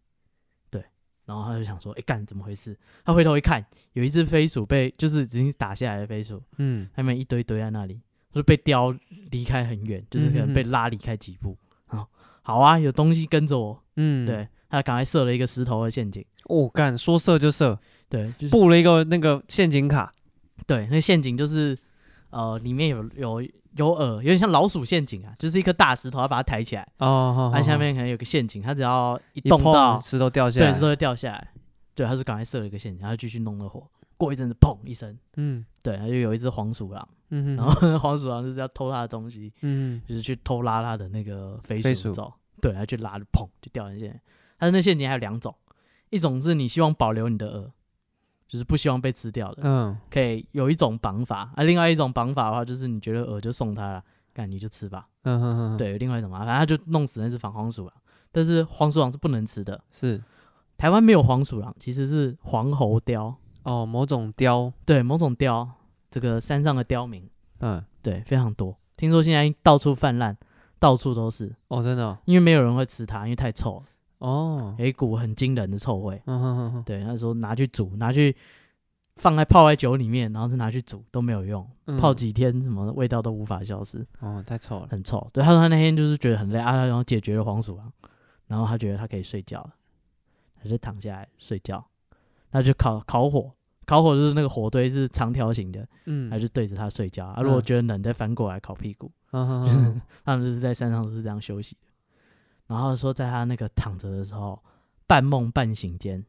B: 对，然后他就想说，哎干怎么回事？他回头一看，有一只飞鼠被就是已经打下来的飞鼠，
A: 嗯，
B: 他们一堆堆在那里，就是被叼离开很远，
A: 嗯
B: 就是可能被拉离开几步。然后好啊，有东西跟着我，
A: 嗯，，
B: 对他赶快设了一个石头的陷阱，
A: 我干、说射就射，
B: 对，就是
A: 布了一个那个陷阱卡，
B: 对，那个陷阱就是呃里面有有有饵，有点像老鼠陷阱啊，就是一颗大石头，他把它抬起来，
A: 哦，
B: 它、
A: 哦
B: 啊下面可能有个陷阱，它只要一
A: 一
B: 动
A: 碰
B: 到，
A: 石头掉下
B: 对，
A: 来，
B: 石头会掉下来。对，他就赶快设了一个陷阱，然后继续弄了火。过一阵子，砰一声，
A: 嗯
B: 对，他就有一只黄鼠狼，
A: 嗯，
B: 然后 [LAUGHS] 黄鼠狼就是要偷他的东西，
A: 嗯
B: 就是去偷拉他的那个飞
A: 飞
B: 鼠
A: 鼠
B: 走，对，然后去拉，砰就掉进陷阱。但是那陷阱还有两种，一种是你希望保留你的饵，就是不希望被吃掉的，
A: 嗯
B: 可以有一种绑法啊。另外一种绑法的话，就是你觉得饵就送他了，干你就吃吧。
A: 嗯嗯嗯，，
B: 对，有另外一种嘛，反正他就弄死那只反黄鼠狼，但是黄鼠狼是不能吃的。
A: 是
B: 台湾没有黄鼠狼，其实是黄喉貂，
A: 哦，某种雕，
B: 对，某种貂，这个山上的刁民，
A: 嗯，
B: 对，非常多。听说现在到处泛滥，到处都是。
A: 哦，真的哦，
B: 因为没有人会吃它，因为太臭了，
A: 哦，
B: 有一股很惊人的臭味。
A: 嗯哼哼哼，
B: 对，他说拿去煮，拿去放在泡在酒里面，然后再拿去煮都没有用，
A: 嗯
B: 泡几天什么的味道都无法消失，
A: 哦，太臭了。
B: 很臭。对，他说他那天就是觉得很累啊，然后解决了黄鼠狼，然后他觉得他可以睡觉了，他就躺下来睡觉，那就烤烤火，烤火就是那个火堆是长条形的，
A: 嗯，
B: 他
A: 是
B: 就对着它睡觉啊。如果
A: 嗯
B: 觉得冷，再翻过来烤屁股。
A: [LAUGHS]
B: 他们就是在山上都是这样休息的。然后说，在他那个躺着的时候，半梦半醒间，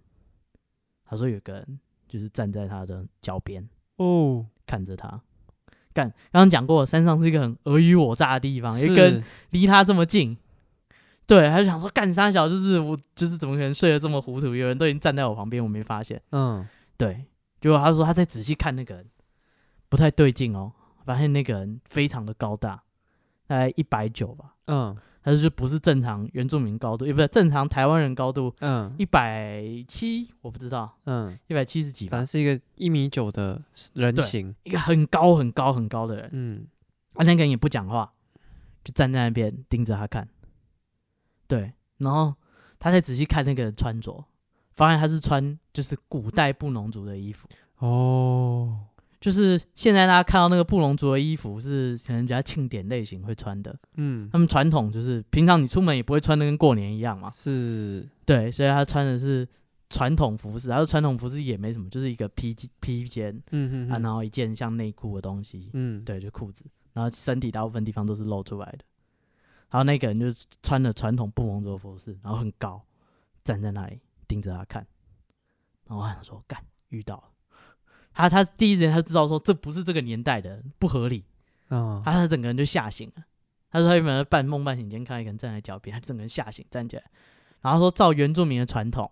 B: 他说有个人就是站在他的脚边
A: 哦，
B: 看着他。干，刚刚讲过，山上是一个很尔虞我诈的地方，有一个人
A: 是
B: 离他这么近，对，他就想说，干三小就是我就是怎么可能睡得这么糊涂？有人都已经站在我旁边，我没发现。
A: 嗯，
B: 对，结果他说他再仔细看那个人，不太对劲哦，发现那个人非常的高大，大概一百九吧。
A: 嗯
B: 但是就不是正常原住民高度，也不是正常台湾人高度，
A: 嗯
B: 一百七我不知道，
A: 嗯，
B: 一百七十几
A: 反
B: 吧，
A: 正是一个一米九的人
B: 对
A: 形，
B: 一个很高很高很高的人，
A: 嗯，
B: 啊，那个人也不讲话，就站在那边盯着他看，对，然后他再仔细看那个人穿着，发现他是穿就是古代布农族的衣服，
A: 哦，
B: 就是现在大家看到那个布农族的衣服是可能比较庆典类型会穿的，
A: 嗯
B: 他，们传统就是平常你出门也不会穿的跟过年一样嘛，
A: 是，
B: 对，所以他穿的是传统服饰，他说传统服饰也没什么，就是一个披肩披肩、
A: 嗯嗯
B: 啊，
A: 嗯
B: 然后一件像内裤的东西，
A: 嗯，
B: 对，就裤子，然后身体大部分地方都是露出来的。然后那个人就是穿了传统布蒙族的服饰，然后很高，站在那里盯着他看，然后我还想说干遇到了。他他第一时间他就知道说这不是这个年代的人，不合理，
A: 啊，
B: 他他整个人就吓醒了。他说他原本在半梦半醒间看到一个人站在脚边，他整个人吓醒站起来，然后说照原住民的传统，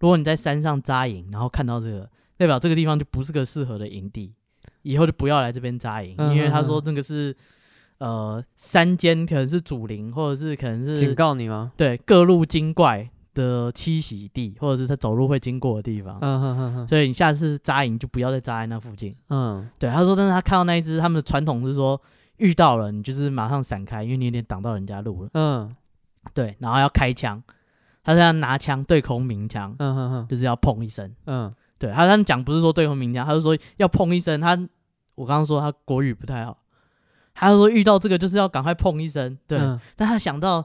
B: 如果你在山上扎营，然后看到这个，代表这个地方就不是个适合的营地，以后就不要来这边扎营，
A: 嗯
B: 因为他说
A: 嗯嗯
B: 这个是呃山间可能是祖灵，或者是可能
A: 警
B: 是
A: 告你吗？
B: 对各路精怪的栖息地，或者是他走路会经过的地方，
A: 嗯哼哼哼，
B: 所以你下次扎营就不要再扎在那附近。
A: 嗯，
B: 对，他说，但是他看到那一只，他们的传统是说，遇到了你就是马上闪开，因为你有点挡到人家路了。
A: 嗯
B: 对，然后要开枪，他是要拿枪对空鸣枪，
A: 嗯哼哼，
B: 就是要砰一声。
A: 嗯
B: 对，他他们讲不是说对空鸣枪，他是说要砰一声。他我刚刚说他国语不太好，他就说遇到这个就是要赶快砰一声。对，
A: 嗯
B: 但他想到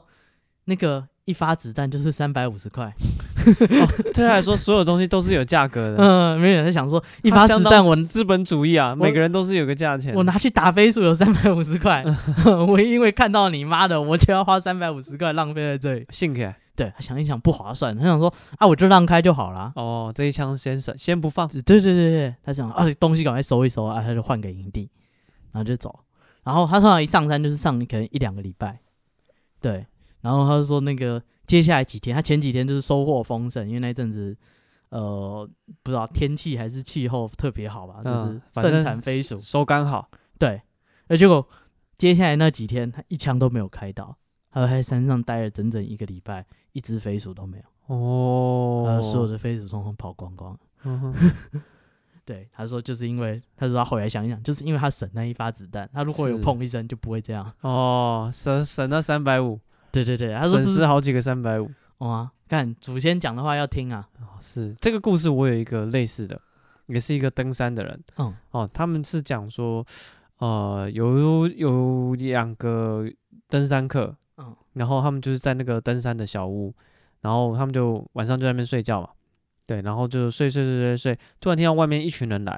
B: 那个一发子弹就是三百五十块，
A: [LAUGHS] 对他来说，所有东西都是有价格的。
B: 嗯、没有人在想说一
A: 它
B: 发
A: 相
B: 子
A: 当
B: 弹我
A: 资本主义啊，每
B: 我
A: 个人都是有个价钱的。
B: 我拿去打飞鼠有三百五十块，我因为看到你妈的，我就要花三百五十块浪费在这里。
A: 信起来
B: 对，他想一想不划算，他想说啊，我就让开就好啦。
A: 哦，这一枪先省，先不放。
B: 对对对对，他想啊，东西赶快收一收啊，他就换个营地，然后就走。然后他通常一上山就是上可能一两个礼拜，对。然后他就说那个接下来几天，他前几天就是收获丰盛，因为那一阵子呃不知道天气还是气候特别好吧，就
A: 嗯
B: 是
A: 反正
B: 盛产飞鼠，
A: 手感好，
B: 对，而结果接下来那几天他一枪都没有开到，他在山上待了整整一个礼拜，一只飞鼠都没有，
A: 哦
B: 他，所有的飞鼠通通跑光光。
A: 嗯哼
B: 对，他说就是因为他说他后来想一想，就是因为他省那一发子弹，他如果有
A: 是
B: 碰一声就不会这样。
A: 哦，省省那三百五，
B: 对对对，他说
A: 损
B: 这是
A: 失好几个三百五。
B: 哦啊，看祖先讲的话要听啊。
A: 哦是这个故事，我有一个类似的，也是一个登山的人
B: 嗯
A: 哦，他们是讲说，呃，有有两个登山客，
B: 嗯
A: 然后他们就是在那个登山的小屋，然后他们就晚上就在那边睡觉嘛，对，然后就睡睡睡睡睡，突然听到外面一群人来，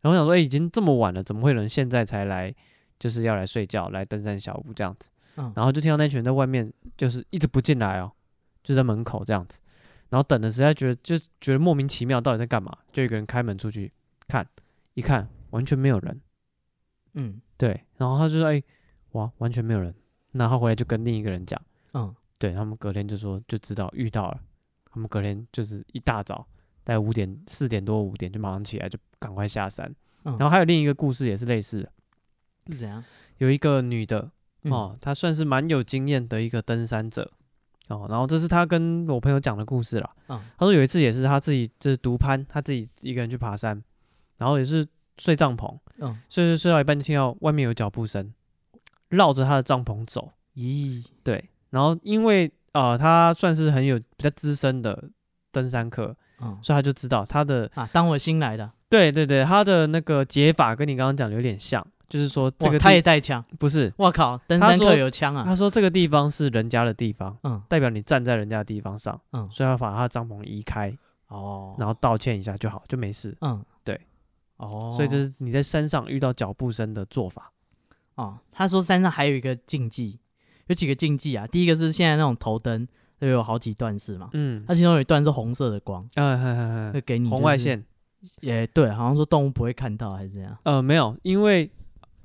A: 然后我想说，哎、已经这么晚了，怎么会有人现在才来，就是要来睡觉，来登山小屋这样子？
B: 嗯
A: 然后就听到那群人在外面，就是一直不进来哦，就在门口这样子，然后等的实在觉得就是觉得莫名其妙，到底在干嘛？就有一个人开门出去看，一看完全没有人，
B: 嗯
A: 对，然后他就说，哎、哇，完全没有人，那他回来就跟另一个人讲。
B: 嗯
A: 对他们隔天就说就知道遇到了，他们隔天就是一大早，大概五点四点多五点就马上起来就赶快下山。
B: 嗯
A: 然后还有另一个故事也是类似的，
B: 是怎样？
A: 有一个女的
B: 嗯
A: 哦，她算是蛮有经验的一个登山者哦，然后这是她跟我朋友讲的故事啦。
B: 嗯
A: 她说有一次也是她自己就是独攀，她自己一个人去爬山，然后也是睡帐篷，
B: 嗯，
A: 睡睡睡到一半就听到外面有脚步声，绕着她的帐篷走。
B: 咦，
A: 对，然后因为呃，他算是很有比较资深的登山客，
B: 嗯
A: 所以他就知道他的
B: 啊，当我新来的，
A: 对对对，他的那个解法跟你刚刚讲的有点像，就是说这
B: 哇，
A: 个
B: 他
A: 地
B: 也带枪，
A: 不是，
B: 我靠，登
A: 他
B: 山
A: 说
B: 客有枪啊，
A: 他说这个地方是人家的地方，
B: 嗯
A: 代表你站在人家的地方上，
B: 嗯，
A: 所以要把他帐篷移开，
B: 哦，
A: 然后道歉一下就好，就没事。
B: 嗯，
A: 对，
B: 哦，
A: 所以这
B: 是
A: 是你在山上遇到脚步声的做法。
B: 哦，他说山上还有一个禁忌，有几个禁忌啊，第一个是现在那种头灯都有好几段式嘛，
A: 嗯，
B: 它其中有一段是红色的光，
A: 嗯哼哼
B: 会
A: 哼
B: 啊给你
A: 红
B: 就
A: 外
B: 是，
A: 线，
B: 也对，好像说动物不会看到还是怎样，
A: 呃，没有，因为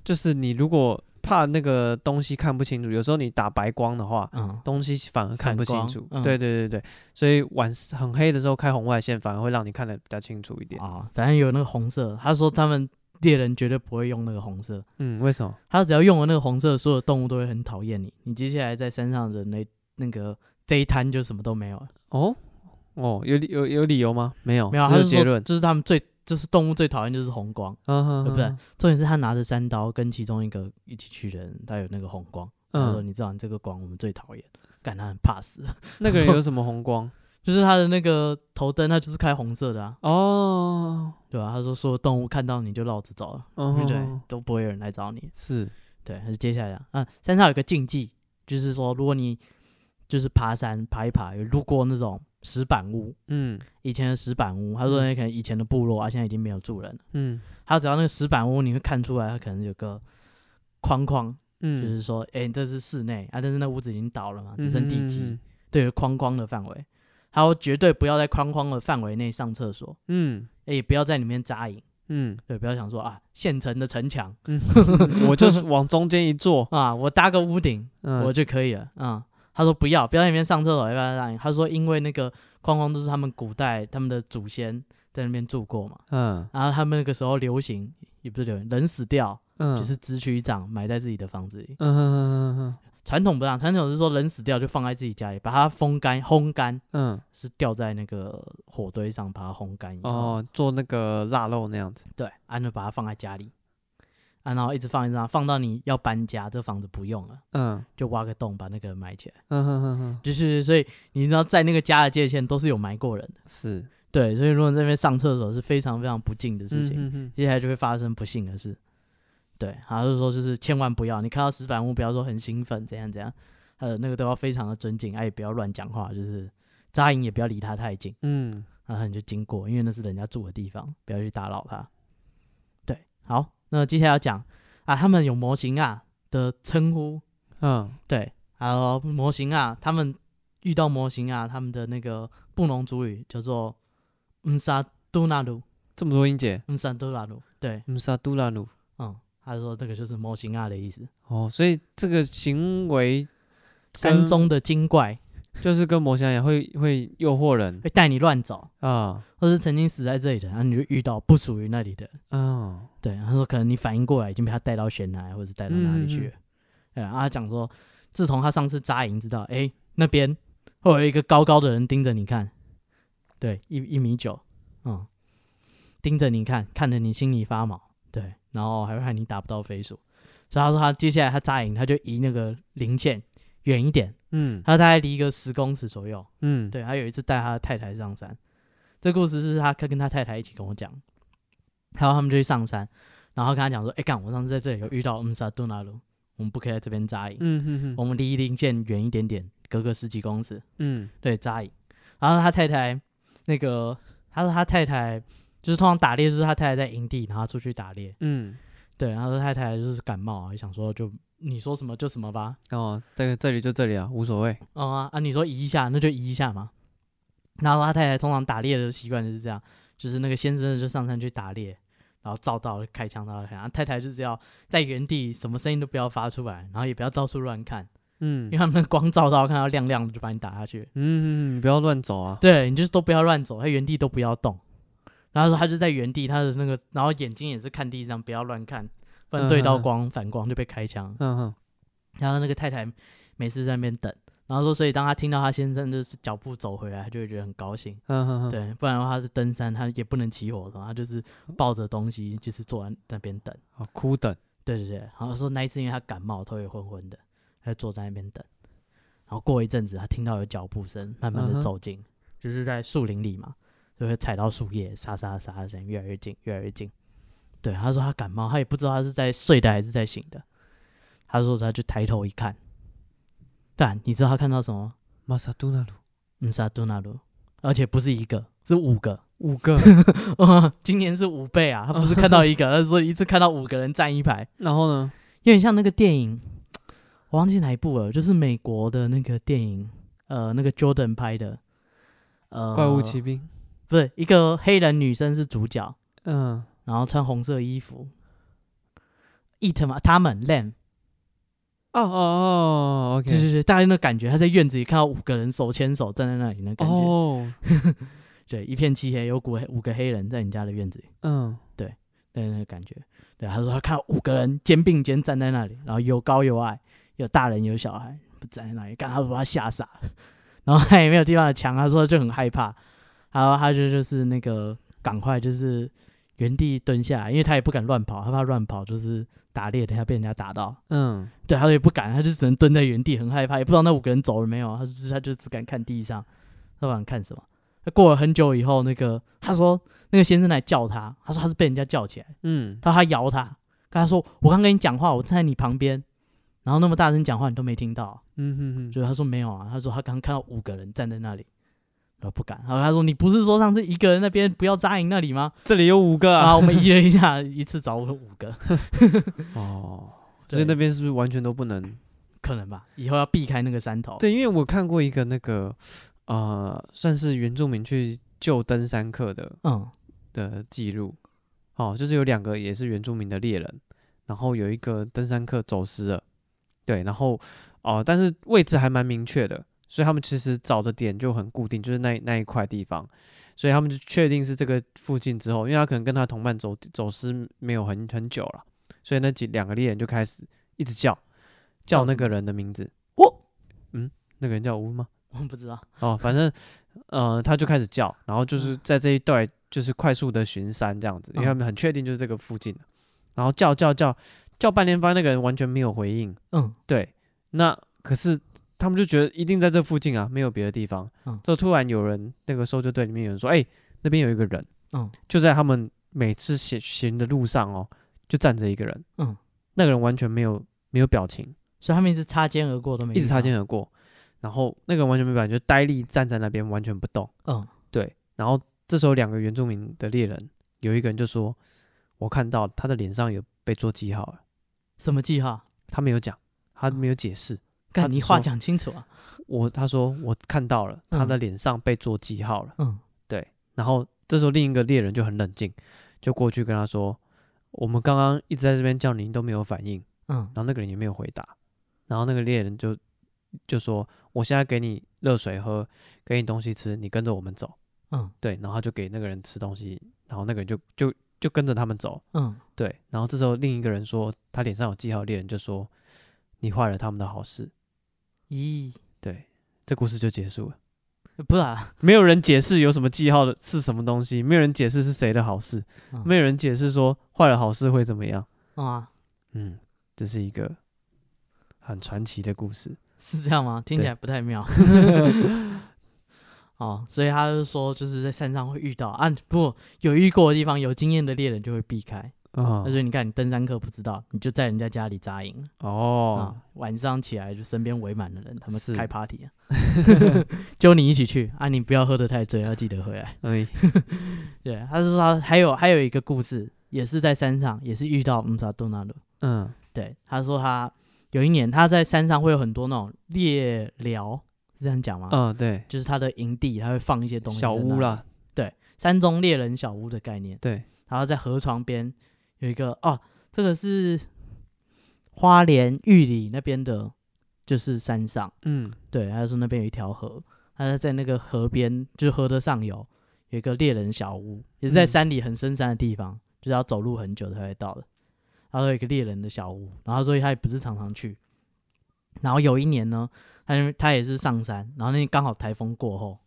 A: 就是你如果怕那个东西看不清楚，有时候你打白光的话，
B: 嗯，
A: 东西反而看
B: 反
A: 不清
B: 光
A: 楚。
B: 嗯
A: 对对对对，所以晚很黑的时候开红外线，反而会让你看得比较清楚一点。
B: 哦，反正有那个红色，他说他们猎人绝对不会用那个红色，
A: 嗯，为什么？
B: 他只要用了那个红色，所有动物都会很讨厌你，你接下来在山上人类那个这一摊就什么都没有了，
A: 哦哦，有理有有理由吗？没有，
B: 没有，
A: 哦
B: 啊
A: 只
B: 他
A: 有
B: 是
A: 结
B: 说
A: 论。
B: 就是他们最就是动物最讨厌就是红光，
A: 嗯哼
B: 对不
A: 哼
B: 对
A: 哼？
B: 重点是他拿着三刀跟其中一个一起去的人，他有那个红光，他说
A: 嗯，
B: 你知道你这个光我们最讨厌，干他很怕死， [LAUGHS]
A: 那个人有什么红光？
B: 就是他的那个头灯，他就是开红色的啊，
A: 哦，
B: 对吧、他说所有动物看到你就绕着走了，
A: 嗯
B: 对
A: 哼
B: 不对
A: 哼？
B: 都不会有人来找你。
A: 是，
B: 对，还是接下来啊，嗯，山上有个禁忌，就是说如果你就是爬山爬一爬，有路过那种石板屋，
A: 嗯
B: 以前的石板屋，他说那可能以前的部落啊，现在已经没有住人了。
A: 嗯
B: 他只要那个石板屋，你会看出来，它可能有个框框，就
A: 嗯，
B: 是说，哎、这是室内啊，但是那屋子已经倒了嘛，只
A: 嗯
B: 剩地
A: 哼
B: 基，
A: 哼
B: 对，框框的范围，还有绝对不要在框框的范围内上厕所，
A: 嗯
B: 哎，也不要在里面扎营，
A: 嗯
B: 对，不要想说啊，现成的城墙
A: 嗯，
B: [LAUGHS]
A: 嗯我就是往中间一坐，
B: 啊，我搭个屋顶
A: 嗯，
B: 我就可以了，嗯。他说不要，不要在里面上厕所，要不要让你？他说因为那个框框都是他们古代他们的祖先在那边住过嘛，
A: 嗯
B: 然后他们那个时候流行，也不是流行，人死掉
A: 嗯，
B: 就是支取一掌埋在自己的房子里。
A: 嗯哼哼哼
B: 传统不让，传统是说人死掉就放在自己家里，把它风干、烘干，
A: 嗯
B: 是吊在那个火堆上把它烘干以
A: 嗯，
B: 后，
A: 哦，做那个腊肉那样子，
B: 对，啊，就把它放在家里，啊，然后一直放一直放，放到你要搬家，这房子不用了，
A: 嗯
B: 就挖个洞把那个埋起来。
A: 嗯哼哼哼，
B: 就是所以你知道，在那个家的界限都是有埋过人的，
A: 是
B: 对，所以如果在那边上厕所是非常非常不敬的事情，
A: 嗯哼
B: 接下来就会发生不幸的事。对，他就说就是千万不要，你看到石板屋不要说很兴奋怎样怎样，呃，那个都要非常的尊敬，哎，也不要乱讲话，就是扎营也不要离他太近，
A: 嗯
B: 然后你就经过，因为那是人家住的地方，不要去打扰他。对，好，那接下来要讲啊，他们有模型啊的称呼，
A: 嗯
B: 对，还有模型啊，他们遇到模型啊，他们的那个布农族语叫做嗯沙杜纳鲁，
A: 这么多音节，
B: 嗯沙杜纳鲁，对，
A: 嗯萨杜拉鲁，
B: 嗯，他说这个就是模型啊的意思，
A: 哦，所以这个行为
B: 山
A: 跟
B: 中的精怪
A: 就是跟魔像一样，会会诱惑人
B: 会带你乱走，
A: 啊，
B: 或是曾经死在这里的，然后你就遇到不属于那里的人，
A: 嗯
B: 对，他说可能你反应过来已经被他带到悬崖，或者是带到哪里去了，对，然嗯啊后他讲说，自从他上次扎营知道，哎、那边会有一个高高的人盯着你看，对，一一米九，嗯，盯着你看，看着你心里发毛，对，然后还会害你打不到飞鼠，所以他说他接下来他扎营，他就移那个零线远一点。
A: 嗯
B: 他大概离一个十公尺左右。
A: 嗯，
B: 对，他有一次带他的太太上山，这故事是他跟他太太一起跟我讲，然后他们就去上山，然后跟他讲说：“哎、干，我上次在这里有遇到嗯萨杜纳鲁，我们不可以在这边扎营，
A: 嗯哼
B: 我
A: 哼，
B: 们离林线远一点点，隔个十几公尺，
A: 嗯
B: 对，扎营。”然后他太太那个，他说他太太就是通常打猎，就是他太太在营地，然后出去打猎，
A: 嗯，
B: 对，然后他太太就是感冒啊，就想说就你说什么就什么吧，
A: 哦，这个这里就这里啊，无所谓，
B: 嗯啊啊，你说移一下，那就移一下嘛。然后他太太通常打猎的习惯就是这样，就是那个先生就上山去打猎，然后照到开枪照到开，然后太太就是要在原地什么声音都不要发出来，然后也不要到处乱看，
A: 嗯
B: 因为他们光照到看到亮亮的就把你打下去。
A: 嗯，你不要乱走啊，
B: 对你就是都不要乱走，在原地都不要动。然后说他就在原地，他的那个，然后眼睛也是看地上，不要乱看，不然对
A: 嗯
B: 到
A: 嗯嗯
B: 光反光就被开枪。
A: 嗯哼，
B: 然后那个太太每次在那边等，然后说，所以当他听到他先生就是脚步走回来，他就会觉得很高兴。
A: 嗯哼哼，
B: 对，不然的话他是登山，他也不能起火的嘛，他就是抱着东西，就是坐在那边等。
A: 好，哭等，
B: 对对对，然后说那一次因为他感冒，头也昏昏的，他就坐在那边等。然后过一阵子，他听到有脚步声，慢慢
A: 嗯
B: 的
A: 哼
B: 走近就是在树林里嘛，就会踩到树叶，沙沙沙的声音越来越近，越来越近。对，他说他感冒，他也不知道他是在睡的还是在醒的。他说他就抬头一看，但你知道他看到什么？
A: 马萨杜纳鲁
B: 嗯，沙杜纳鲁，而且不是一个，是五个。 [LAUGHS]
A: 五个，
B: 哦，今年是五倍啊！他不是看到一个，他说一次看到五个人站一排，
A: 然后呢？
B: 有点像那个电影，我忘记哪一部了，就是美国的那个电影，呃，那个 Jordan 拍的，呃，
A: 怪物骑兵，
B: 不是一个黑人女生是主角，
A: 嗯，
B: 然后穿红色衣服，It 嘛，他们 Lam，
A: 哦哦哦
B: 对
A: ，OK，
B: 对对，大概那感觉，他在院子里看到五个人手牵手站在那里，那感觉，
A: 哦，
B: 对，一片漆黑，有股黑五个黑人在你家的院子里。
A: 嗯，
B: 对那个感觉。对，他说他看到五个人肩并肩站在那里，然后有高有矮，有大人有小孩，不站在那里，干他把他吓傻了，然后他也没有地方抢，他说就很害怕，然后他就就是那个赶快就是原地蹲下来，因为他也不敢乱跑，他怕乱跑就是打猎，等一下被人家打到。
A: 嗯，
B: 对，他也不敢，他就只能蹲在原地，很害怕，也不知道那五个人走了没有，啊他就是他就只敢看地上，他不敢看什么。他过了很久以后，那个他说那个先生来叫他，他说他是被人家叫起来，
A: 嗯，
B: 他说他摇他，跟他说我刚跟你讲话，我站在你旁边，然后那么大声讲话你都没听到啊，
A: 嗯哼哼，
B: 就是他说没有啊，他说他刚看到五个人站在那里。然后不敢，然后他说：“你不是说上次一个人那边不要扎营那里吗
A: 这里有五？”个
B: 然
A: 啊，
B: 后我们移了一下，一次找我们五个，
A: 哦，
B: 对
A: 所以那边是不是完全都不能？
B: 可能吧。以后要避开那个山头。
A: 对，因为我看过一个那个，呃，算是原住民去救登山客的
B: 嗯，
A: 的记录，哦，就是有两个也是原住民的猎人，然后有一个登山客走失了，对，然后哦、但是位置还蛮明确的，所以他们其实找的点就很固定，就是那那一块地方，所以他们就确定是这个附近之后，因为他可能跟他同伴走走失没有很很久了，所以那几两个猎人就开始一直叫叫
B: 叫
A: 那
B: 什
A: 个人的名字，
B: 哦，
A: 嗯，那个人叫吴吗？
B: 我不知道。
A: 哦，反正呃，他就开始叫，然后就是在这一段就是快速的巡山这样子，因为他
B: 嗯
A: 们很确定就是这个附近的，然后叫叫叫叫半天，发现那个人完全没有回应。
B: 嗯，
A: 对，那可是他们就觉得一定在这附近啊，没有别的地方。
B: 嗯
A: 就突然有人那个搜救队里面有人说，哎、那边有一个人，
B: 嗯，
A: 就在他们每次行行的路上哦，就站着一个人，
B: 嗯，
A: 那个人完全没有没有表情，
B: 所以他们一直擦肩而过都没
A: 一直
B: 遇
A: 擦
B: 到
A: 肩而过，然后那个人完全没表情，就呆立站在那边完全不动。
B: 嗯，
A: 对，然后这时候两个原住民的猎人，有一个人就说：“我看到他的脸上有被做记号了。
B: 什么记号？”
A: 他没有讲，他没有解释。他
B: 看
A: 只
B: 你话
A: 说
B: 讲清楚啊。
A: 我他说我看到了，他的
B: 嗯
A: 脸上被做记号了。
B: 嗯
A: 对，然后这时候另一个猎人就很冷静，就过去跟他说：“我们刚刚一直在这边叫你，你都没有反应。”
B: 嗯
A: 然后那个人也没有回答，然后那个猎人就就说：“我现在给你热水喝，给你东西吃，你跟着我们走。”
B: 嗯
A: 对，然后他就给那个人吃东西，然后那个人就就就跟着他们走，
B: 嗯，
A: 对，然后这时候另一个人说他脸上有记号，猎人就说你坏了他们的好事，
B: 咦，
A: 对，这故事就结束了，
B: 不是啊，
A: 没有人解释有什么记号的是什么东西，没有人解释是谁的好事，
B: 嗯
A: 没有人解释说坏了好事会怎么样，
B: 嗯啊，
A: 嗯，这是一个很传奇的故事，
B: [LAUGHS] 是这样吗？听起来不
A: [LAUGHS]
B: 太妙。哦，所以他就说，就是在山上会遇到啊，不过有遇过的地方，有经验的猎人就会避开。
A: 啊
B: 那、所以你看，你登山客不知道，你就在人家家里扎营啊、
A: 哦，
B: 晚上起来就身边围满了人，他们
A: 是
B: 开 party 啊， [LAUGHS] 就你一起去啊，你不要喝得太醉，要记得回
A: [LAUGHS]
B: 来。
A: 哎，
B: 对，他是说他还有还有一个故事，也是在山上，也是遇到姆萨多纳鲁。
A: 嗯
B: 对，他说他有一年他在山上会有很多那种猎寮，是这样讲吗？
A: 嗯，对，
B: 就是他的营地，他会放一啊些东西。
A: 小屋，啦，
B: 山中猎人小屋的概念。
A: 对，
B: 然后在河床边有一个哦，这个是花莲玉里那边的，就是山上。
A: 嗯
B: 对，他说那边有一条河，他在那个河边，就是河的上游有一个猎人小屋，也是在
A: 嗯
B: 山里很深山的地方，就是要走路很久才会到的。他说有一个猎人的小屋，然后所以他也不是常常去。然后有一年呢，他就他也是上山，然后那天刚好台风过后，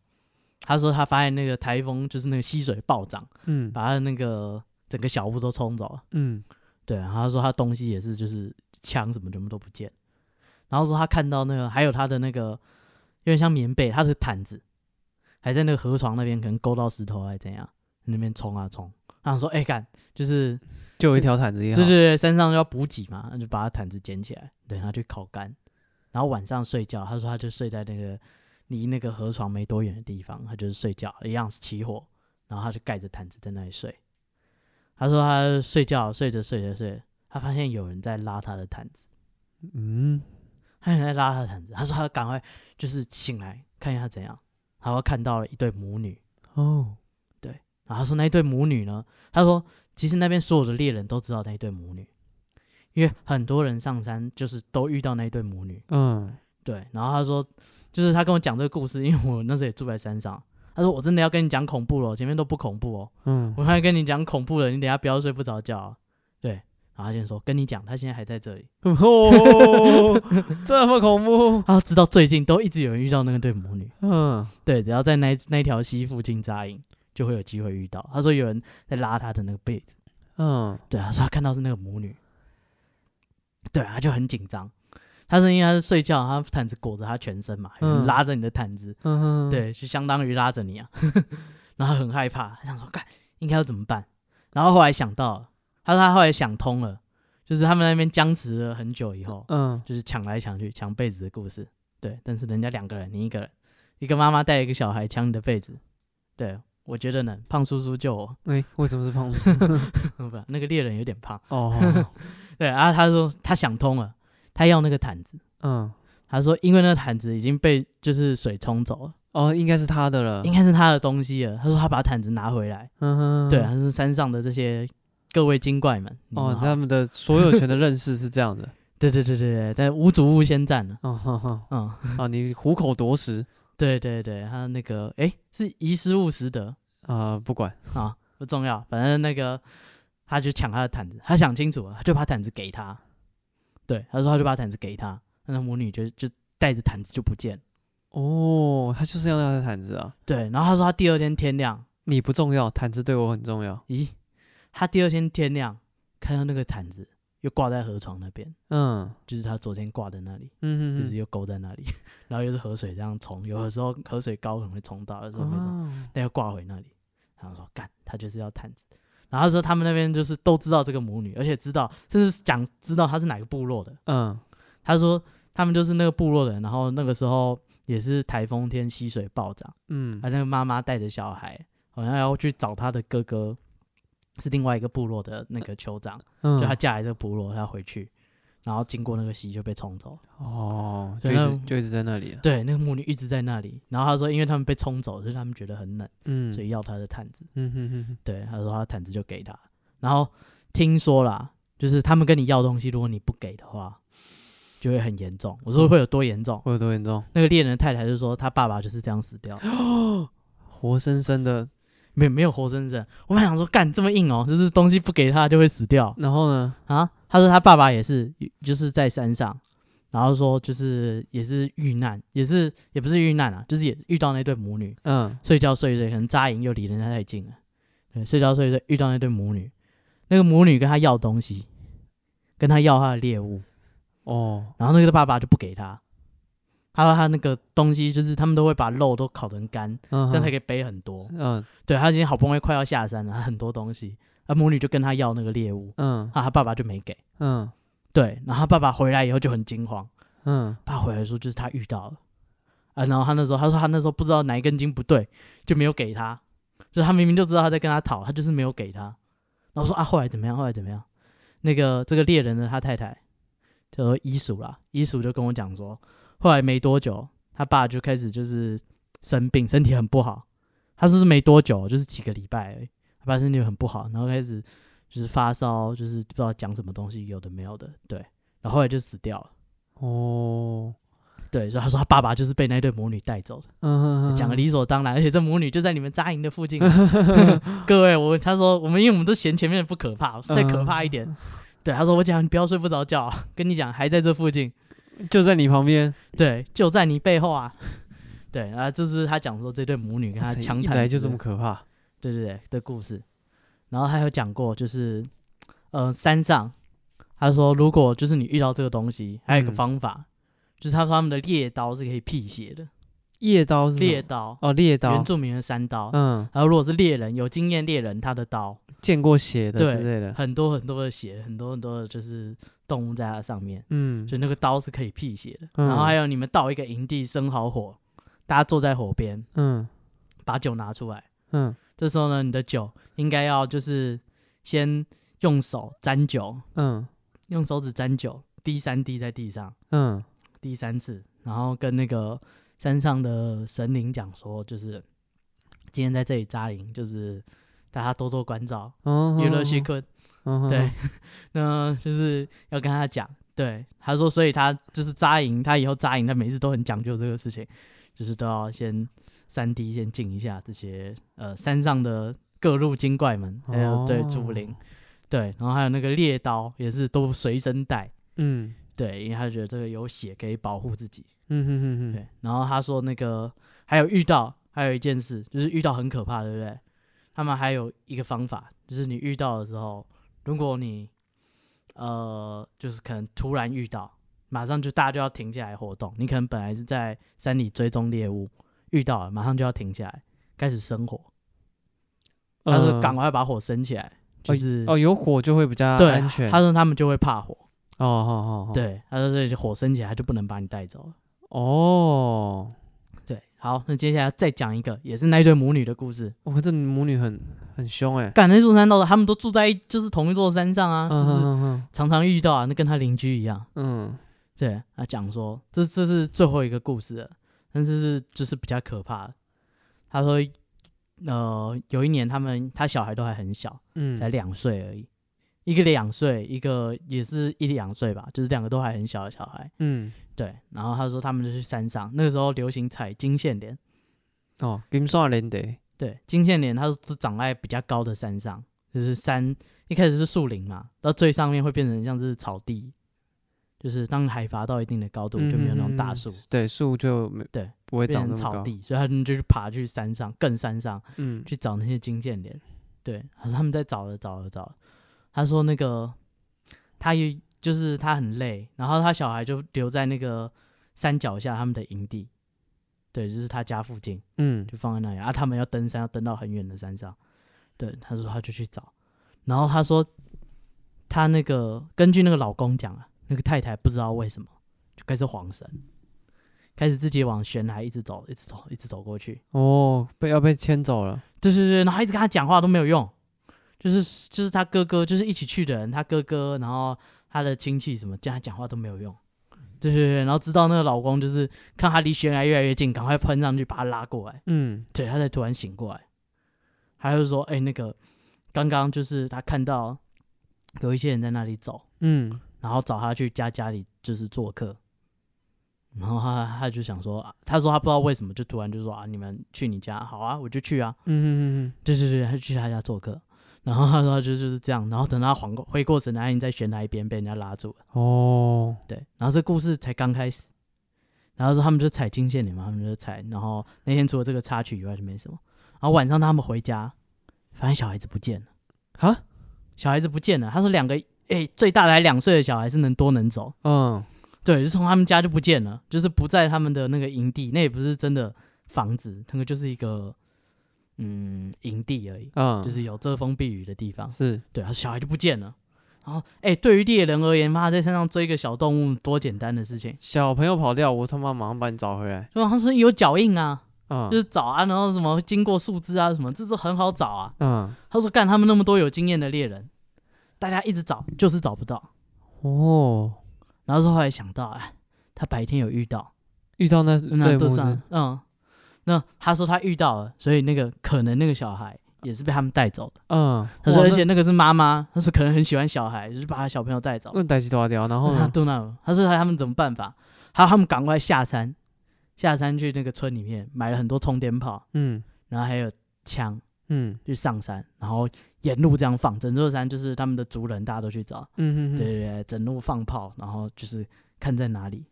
B: 他说他发现那个台风就是那个溪水暴涨，
A: 嗯
B: 把他的那个整个小屋都冲走了。
A: 嗯
B: 对，然后他说他东西也是就是枪什么全部都不见，然后说他看到那个还有他的那个有点像棉被，他的毯子，还在那个河床那边，可能勾到石头还是怎样，那边冲啊冲。他想说，哎、干，就是
A: 就有一
B: 是
A: 条毯子也好，
B: 就是山上要补给嘛，他就把他毯子捡起来，等他去烤干。然后晚上睡觉，他说他就睡在那个离那个河床没多远的地方，他就是睡觉，一样是起火，然后他就盖着毯子在那里睡。他说他睡觉睡着睡着睡着，他发现有人在拉他的毯子。
A: 嗯，
B: 他很在拉他的毯子，他说他赶快就是醒来看一下怎样，然后看到了一对母女，
A: 哦，
B: 然后他说那一对母女呢，他说其实那边所有的猎人都知道那一对母女，因为很多人上山就是都遇到那一对母女，
A: 嗯，
B: 对，然后他说就是他跟我讲这个故事，因为我那时候也住在山上，他说我真的要跟你讲恐怖了，前面都不恐怖哦，
A: 嗯，
B: 我刚才跟你讲恐怖了，你等一下不要睡不着觉哦、对，然后他先说跟你讲，他现在还在这里， [LAUGHS]
A: 哦，这么恐怖，
B: 他直到最近都一直有人遇到那对母女。
A: 嗯，
B: 对，只要在那一那一条溪附近扎营，就会有机会遇到。他说有人在拉他的那个被子，
A: 嗯，
B: 对，啊 [LAUGHS] 他说他看到是那个母女，对，啊他就很紧张。他是因为他是睡觉，他毯子裹着他全身嘛，有人
A: 嗯
B: 拉着你的毯子，
A: 嗯哼，
B: 对，就相当于拉着你啊。 [LAUGHS] 然后他很害怕，他想说，干应该要怎么办？然后后来想到了，他说他后来想通了，就是他们那边僵持了很久以后，
A: 嗯，
B: 就是抢来抢去抢被子的故事。对，但是人家两个人，你一个人，一个妈妈带一个小孩抢你的被子。对，我觉得呢，胖叔叔救我， [LAUGHS]
A: 哎，为什么是胖子？
B: 不，那个猎人有点胖。 [LAUGHS]
A: 哦，
B: 对，然后他说他想通了，他要那个毯子。
A: 嗯，
B: 他说因为那个毯子已经被就是水冲走了，
A: 哦，应该是他的了
B: 应，该是他的东西了。他说他把毯子拿回来，
A: 嗯哼，
B: 对，他是山上的这些各位精怪们。你
A: 哦
B: 们，好
A: 他们的所有权的认识是这样的，
B: 对对对对对，但无主物先占了。
A: 哦，哈哈，
B: 嗯，
A: 啊，你虎口夺食
B: 对对对，他那个哎是遗失物识得，
A: 啊，不管，
B: 啊，不重要，反正那个他就抢他的毯子，他想清楚了，他就把毯子给他。对，他说他就把毯子给他，那母女就就带着毯子就不见了。
A: 哦，他就是要那条毯子啊，
B: 对，然后他说他第二天天亮，
A: 你不重要，毯子对我很重要，
B: 咦，他第二天天亮看到那个毯子又挂在河床那边，
A: 嗯，
B: 就是他昨天挂在那里，
A: 嗯
B: 就
A: 哼
B: 是又勾在那里， [LAUGHS] 然后又是河水这样冲，有的时候河水高可能会冲到，有时候没冲。
A: 哼，
B: 那要挂回那里。然后说干，他就是要探子。然后他说他们那边就是都知道这个母女，而且知道甚至讲知道她是哪个部落的。
A: 哦，嗯，
B: 他说他们就是那个部落的人，然后那个时候也是台风天，溪水暴涨，
A: 嗯
B: 他，那个妈妈带着小孩，好像要去找他的哥哥，是另外一个部落的那个酋长，
A: 嗯，
B: 就他嫁来这个部落，他要回去，然后经过那个溪就被冲走了。
A: 哦，就
B: 对
A: 一
B: 那
A: 直就一直在那里啊，
B: 对，那个母女一直在那里。然后他说，因为他们被冲走，所以他们觉得很冷，
A: 嗯，
B: 所以要他的探子。
A: 嗯哼哼哼，
B: 对，他说他毯子就给他。然后听说啦，就是他们跟你要东西，如果你不给的话，就会很严重。我
A: 嗯
B: 说会有多严重？
A: 会有多严重？
B: 那个猎人的太太就说他爸爸就是这样死掉，
A: 活生生的，
B: 没没有活生生。我本来想说干这么硬哦，就是东西不给他就会死掉
A: 然后呢？
B: 啊。他说他爸爸也是，就是在山上。然后说就是也是遇难，也是也不是遇难啊，就是也遇到那对母女，
A: 嗯，
B: 睡觉睡一睡，可能扎营又离人家太近了，对，睡觉睡一睡遇到那对母女，那个母女跟他要东西，跟他要他的猎物，
A: 哦，
B: 然后那个爸爸就不给他，他说他那个东西就是他们都会把肉都烤成干，
A: 嗯
B: 这
A: 哼，
B: 样才可以背很多。
A: 嗯
B: 对他今天好不容易快要下山了，他很多东西，啊母女就跟他要那个猎物，
A: 嗯
B: 啊他爸爸就没给，
A: 嗯
B: 对，然后他爸爸回来以后就很惊慌，
A: 嗯，
B: 爸回来说就是他遇到了，啊，然后他那时候他说他那时候不知道哪一根筋不对，就没有给他，就他明明就知道他在跟他讨，他就是没有给他。然后说啊，后来怎么样？后来怎么样？那个这个猎人的他太太叫做伊鼠啦，伊鼠就跟我讲说，后来没多久，他爸就开始就是生病，身体很不好。他说是没多久，就是几个礼拜而已，他爸身体很不好，然后开始就是发烧，就是不知道讲什么东西，有的没有的，对，然后后来就死掉了。
A: 哦，
B: 对，所以他说他爸爸就是被那对母女带走的，
A: 嗯哼哼，
B: 讲的理所当然，而且这母女就在你们扎营的附
A: [LAUGHS]
B: 近啊。各位，我他说我们因为我们都嫌前面的不可怕，再可怕一
A: 嗯
B: 点。对，他说我讲你不要睡不着觉、啊，跟你讲还在这附近，
A: 就在你旁边，
B: 对，就在你背后啊。对，然后这是他讲说这对母女跟他
A: 哇塞
B: 强
A: 一
B: 谈
A: 来
B: 的，
A: 就这么可怕，
B: 对对对的故事。然后他有讲过，就是呃山上，他说如果就是你遇到这个东西，还有一个
A: 嗯
B: 方法，就是他说他们的猎刀是可以辟邪的。
A: 夜刀是什么
B: 猎刀，
A: 哦，猎刀
B: 原，住民的三刀。
A: 嗯，
B: 然后如果是猎人，有经验猎人，他的刀
A: 见过血的
B: 对
A: 之类的，
B: 很多很多的血，很多很多的就是动物在它上面，
A: 嗯
B: 就那个刀是可以辟邪的。
A: 嗯
B: 然后还有你们到一个营地生好火，大家坐在火边，
A: 嗯
B: 把酒拿出来。
A: 嗯
B: 这时候呢，你的酒应该要就是先用手沾酒，
A: 嗯
B: 用手指沾酒，滴三滴在地上，
A: 嗯
B: 滴三次，然后跟那个山上的神灵讲说，就是今天在这里扎营，就是大家多多关照，
A: 哦，
B: 娱乐谢坤，
A: 嗯，
B: [LAUGHS] 对，那就是要跟他讲，对，他说，所以他就是扎营，他以后扎营，他每次都很讲究这个事情，就是都要先三滴先敬一下这些呃山上的各路精怪们，还有、对
A: 哦
B: 竹林，对，然后还有那个猎刀也是都随身带，
A: 嗯
B: 对，因为他觉得这个有血可以保护自己，
A: 嗯哼哼哼，
B: 对，然后他说那个还有遇到还有一件事，就是遇到很可怕，对不对？他们还有一个方法，就是你遇到的时候，如果你呃，就是可能突然遇到，马上就大家就要停下来活动。你可能本来是在山里追踪猎物，遇到了马上就要停下来，开始生火。他说
A: 呃
B: 赶快把火升起来，就是、
A: 哦，有火就会比较
B: 对
A: 安全，
B: 他说他们就会怕火，
A: 哦哦哦，
B: 对，他说这火升起来他就不能把你带走了。
A: 哦，
B: 对，好，那接下来再讲一个，也是那一对母女的故事。
A: 哇，这母女很很凶哎，
B: 干那座山道的，他们都住在一就是同一座山上啊，
A: 嗯
B: 就是
A: 嗯
B: 常常遇到啊，那跟他邻居一样。
A: 嗯
B: 对，他讲说这这是最后一个故事了，但是是就是比较可怕的。他说，呃，有一年他们他小孩都还很小，
A: 嗯，
B: 才两岁而已，一个两岁，一个也是一两岁吧，就是两个都还很小的小孩。
A: 嗯
B: 对，然后他说他们就去山上，那个时候流行采金线莲，
A: 哦，金算连得，
B: 对，金线莲它是长在比较高的山上，就是山一开始是树林嘛，到最上面会变成像是草地，就是当海拔到一定的高度就没有那
A: 嗯
B: 种大树，
A: 对，树就没
B: 对
A: 不会
B: 变
A: 长
B: 成
A: 那么
B: 草
A: 高，
B: 地，所以他们就去爬去山上，更山上
A: 嗯
B: 去找那些金线莲。对，他说他们在找了找了找了，他说那个他也就是他很累，然后他小孩就留在那个山脚下他们的营地，对，就是他家附近。
A: 嗯
B: 就放在那里啊。他们要登山，要登到很远的山上。对，他说他就去找，然后他说他那个根据那个老公讲啊，那个太太不知道为什么就开始晃神，开始自己往悬崖一直走，一直走，一直走过去。
A: 哦，被要被牵走了，
B: 对对对，然后一直跟他讲话都没有用，就是就是他哥哥，就是一起去的人，他哥哥，然后他的亲戚什么跟他讲话都没有用。对对对，然后直到那个老公就是看他离悬崖越来越近，赶快喷上去把他拉过来。
A: 嗯
B: 对，他才突然醒过来，他就说：“哎、那个刚刚就是他看到有一些人在那里走，
A: 嗯
B: 然后找他去家家里就是做客。”然后他他就想说，啊他说他不知道为什么，就突然就说啊，你们去你家，好啊，我就去啊，
A: 嗯嗯嗯
B: 对对对，他就去他家做客。然后他说他就就是这样，然后等他缓过回过神来，已经在悬崖边被人家拉住了。
A: 哦，
B: 对，然后这故事才刚开始。然后说他们就踩金线莲嘛，他们就踩。然后那天除了这个插曲以外就没什么。然后晚上他们回家，发现小孩子不见了，
A: 哈，
B: 小孩子不见了。他说两个，哎、最大的还两岁的小孩是能多能走，
A: 嗯
B: 对，就从他们家就不见了，就是不在他们的那个营地，那也不是真的房子，那个就是一个嗯营地而已，
A: 嗯，
B: 就是有遮风避雨的地方。
A: 是，
B: 对，他小孩就不见了。然后，哎、对于猎人而言，妈在山上追一个小动物多简单的事情。
A: 小朋友跑掉，我他妈马上把你找回来，
B: 就好像是有脚印啊，
A: 嗯
B: 就是找啊，然后什么经过树枝啊，什么这都很好找啊。
A: 嗯
B: 他说干他们那么多有经验的猎人，大家一直找就是找不到。
A: 哦，
B: 然后说后来想到，哎，他白天有遇到
A: 遇到那
B: 那
A: 对
B: 路
A: 母
B: 上
A: 子，，
B: 嗯，那他说他遇到了，所以那个可能那个小孩也是被他们带走的。
A: 嗯，
B: 他说
A: 哇
B: 而
A: 那
B: 且那个是妈妈，他说可能很喜欢小孩，就是把他小朋友带走。
A: 那逮起抓掉，然后
B: [LAUGHS] 那他
A: 呢？
B: 都那了，他说他们怎么办法？还有他们赶快下山，下山去那个村里面买了很多充电炮，
A: 嗯
B: 然后还有枪。
A: [LAUGHS] 嗯
B: 去上山，然后沿路这样放，整座山就是他们的族人，大家都去找，
A: 嗯嗯，
B: 对，对对，整路放炮，然后就是看在哪里。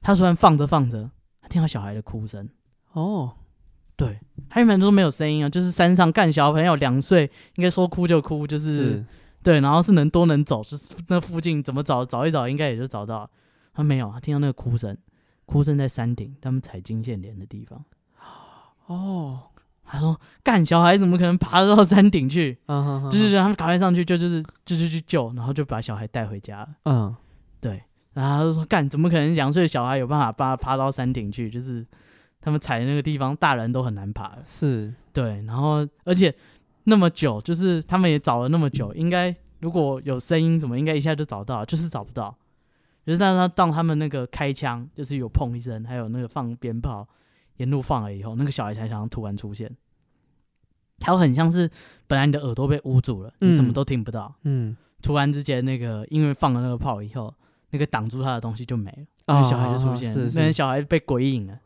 B: 他突然放着放着，他听到小孩的哭声，
A: 哦，
B: 对，他原本都没有声音啊，就是山上干小朋友两岁，应该说哭就哭，就是
A: 是，
B: 对，然后是能多啊能走，就是那附近怎么找找一找，应该也就找到了。他没有，他听到那个哭声，哭声在山顶，他们踩金线莲的地方。
A: 哦，
B: 他说：“干，小孩怎么可能爬得到山顶去？”
A: [LAUGHS] 嗯哼哼
B: 就是让他们赶快上去，就就是就是去救，然后就把小孩带回家了。
A: 嗯，
B: 对，然后他就说：“干，怎么可能两岁的小孩有办法爬爬到山顶去？就是他们踩的那个地方，大人都很难爬了。
A: 是，
B: 对，然后而且那么久，就是他们也找了那么久，应该如果有声音什么，应该一下就找到，就是找不到。就是让他当他们那个开枪，就是有砰一声，还有那个放鞭炮，沿路放了以后，那个小孩才想要突然出现。他很像是本来你的耳朵被捂住了，你什
A: 嗯
B: 么都听不到，
A: 嗯，
B: 突然之间那个因为放了那个炮以后，那个挡住他的东西就没了。那
A: 啊
B: 个小孩就出现，
A: 是
B: 那个
A: 是，
B: 小孩被鬼影了。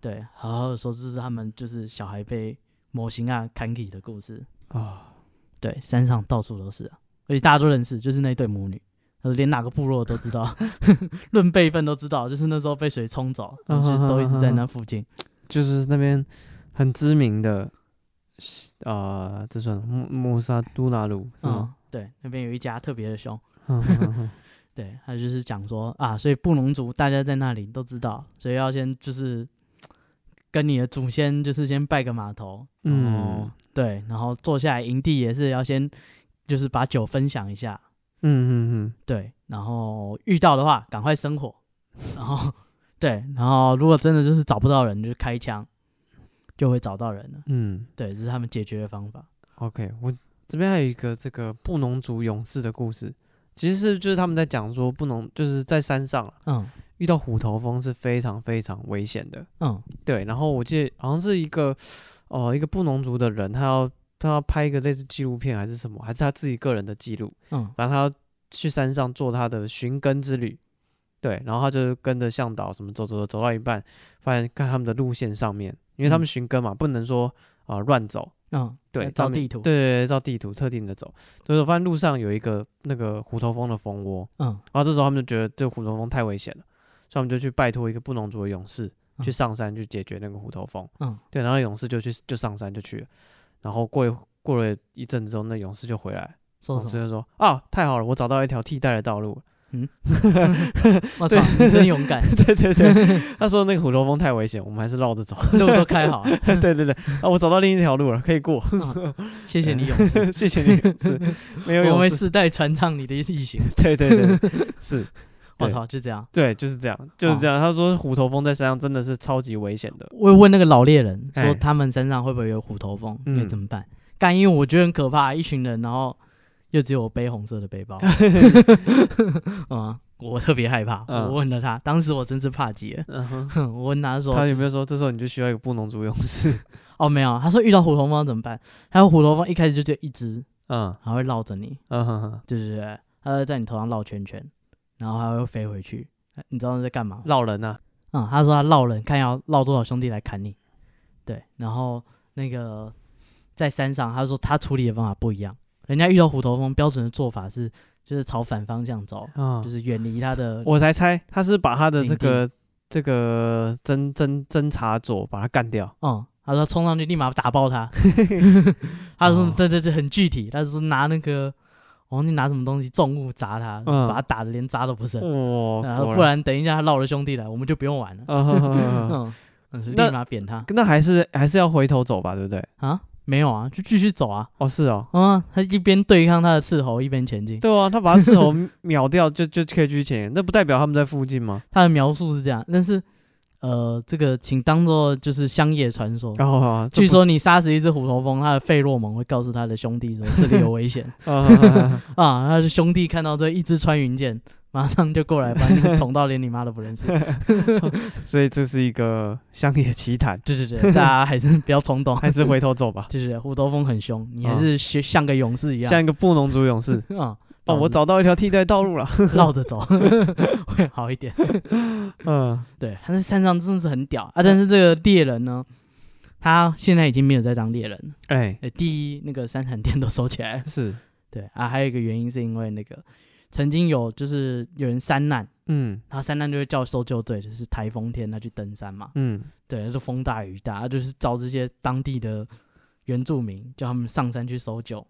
B: 对，好好的说这是他们就是小孩被模型啊砍给的故事。
A: 啊，
B: 对，山上到处都是、啊，而且大家都认识，就是那对母女，呃连哪个部落都知道， [LAUGHS] 论辈分都知道，就是那时候被水冲走，
A: 嗯
B: 就是都一直在
A: 哼哼
B: 那
A: 哼
B: 附近。
A: 就是那边很知名的，呃，这算穆穆萨都纳鲁是
B: 嗯
A: 吗？，
B: 对，那边有一家特别的凶。
A: 嗯哼哼哼
B: 对他就是讲说啊，所以布农族大家在那里都知道，所以要先就是跟你的祖先就是先拜个码头，
A: 嗯
B: 然后，对，然后坐下来营地也是要先就是把酒分享一下，
A: 嗯嗯
B: 对，然后遇到的话赶快生火，然后对，然后如果真的就是找不到人，就是开枪就会找到人了，
A: 嗯嗯
B: 对，这是他们解决的方法。
A: ，OK，我这边还有一个这个布农族勇士的故事，其实是就是他们在讲说布农就是在山上啊
B: 嗯
A: 遇到虎头蜂是非常非常危险的，
B: 嗯
A: 对，然后我记得好像是一个，呃，一个布农族的人，他要他要拍一个类似纪录片还是什么，还是他自己个人的记录，
B: 嗯
A: 反正他要去山上做他的寻根之旅，对，然后他就跟着向导什么走走走走到一半，发现看他们的路线上面，因为他们
B: 嗯
A: 寻根嘛，不能说啊、呃乱走，
B: 嗯，
A: 对，
B: 找
A: 他们
B: 地图，
A: 对，对对，照地图特定的走，所以我发现路上有一个那个虎头蜂的蜂窝，
B: 嗯
A: 然后这时候他们就觉得这虎头蜂太危险了，所以他们就去拜托一个布农族的勇士
B: 嗯
A: 去上山去解决那个虎头蜂。
B: 嗯
A: 对，然后勇士就去就上山就去了，然后过一过了一阵子之后，那勇士就回来，
B: 说
A: 勇士 [LAUGHS]
B: 什么？
A: 就说啊，太好了，我找到一条替代的道路了。
B: 我操，你真勇敢，
A: 对 [LAUGHS] 对对， [LAUGHS] 他说那个虎头蜂太危险，我们还是绕 [LAUGHS] 着走。
B: 路都开好了，
A: 对对对，啊，我找到另一条路了，可以 [LAUGHS] 过，
B: [LAUGHS] 哦谢
A: 哎
B: 谢你勇
A: [LAUGHS]
B: 士。
A: 谢谢你，勇士，没有
B: 我
A: 勇
B: 会
A: 士，
B: 世代传唱你的异
A: [LAUGHS]
B: 形。
A: 对对对，对是。
B: 我
A: 对
B: 操，就这样。
A: 对，就是这样，就是这样。他说虎头蜂在山上真的是超级危险的。
B: 我有问那个老猎人
A: 哎
B: 说，他们山上会不会有虎头蜂？
A: 嗯
B: 该怎么办？干，因为我觉得很可怕，一群人，然后又只有我背红色的
A: [LAUGHS]
B: 背包，嗯，我特别害怕。
A: 嗯
B: 我问了他，当时我真是怕极了。 [LAUGHS]
A: 嗯哼，
B: 哼，我问他说，
A: 他有没有说这时候你就需要一个布农族勇士？ [LAUGHS]
B: 哦，没有，他说遇到虎头蜂怎么办？他说虎头蜂一开始就只有一只，
A: 嗯
B: 然后会绕着你，
A: 嗯哼哼，
B: 对对对，它会在你头上绕圈圈，然后还会飞回去。你知道那在干嘛吗？
A: 老人啊呐、
B: 嗯，他说他闹人，看要闹多少兄弟来砍你。对，然后那个在山上，他说他处理的方法不一样，人家遇到虎头蜂标准的做法是就是朝反方向走，
A: 啊，
B: 就是远离他的。
A: 我才猜他是把他的
B: 领
A: 这个这个侦侦侦查组把他干掉。
B: 嗯，他说冲上去立马打
A: [LAUGHS]
B: 爆他。 [LAUGHS] 他说
A: 哦
B: 对对对，很具体，他是拿那个我忘记拿什么东西重物砸他，
A: 嗯
B: 把他打的连渣都不剩。
A: 哇、
B: 然后
A: 果
B: 不，哦然等一下他闹了兄弟来，我们就不用玩了。
A: 嗯哼哼哼
B: [LAUGHS]
A: 哼
B: 嗯，嗯是
A: 那
B: 立马扁他
A: 那还是还是要回头走吧，对不对？
B: 啊？没有啊，就继续走啊。
A: 哦，是哦，
B: 啊，他一边对抗他的斥候，一边前进。
A: 对啊，他把他刺
B: [LAUGHS]
A: 头秒掉就就可以继续前进，那不代表他们在附近吗？
B: 他的描述是这样，但是呃，这个请当做就是乡野传说。
A: 然后
B: [LAUGHS]
A: 啊，这
B: 哦据
A: 不是
B: 说你杀死一只虎头蜂，它的费洛蒙会告诉他的兄弟说这里有
A: [LAUGHS]
B: 危险
A: 嗯哼哼哼哼
B: [LAUGHS] 啊。他的兄弟看到这一只穿云箭，马上就过来把你捅到连你妈都不
A: [LAUGHS]
B: 认识。
A: 所以这是一个乡野奇谈，
B: 对对对，大家还是不要冲动。，
A: 还是回头走吧
B: 就是虎头蜂很凶，你还是学像个勇 [LAUGHS] 士一样 [LAUGHS]
A: 像一个布农族勇士。
B: 啊。
A: 哦，我找到一条替代道路
B: [LAUGHS]
A: 了。
B: 绕着走会好一点。
A: 嗯
B: 对，他在山上真的是很屌啊！但是这个猎人呢，他现在已经没有在当猎人了。
A: 哎、
B: 呃，第一，那个山产店都收起来了。 [LAUGHS]
A: 是，
B: 对啊，还有一个原因是因为那个曾经有就是有人山难，
A: 嗯
B: 然后山难就会叫搜救队，就是台风天他去登山嘛。
A: 嗯，
B: 对，那就风大雨大，他就是找这些当地的原住民，叫他们上山去搜救。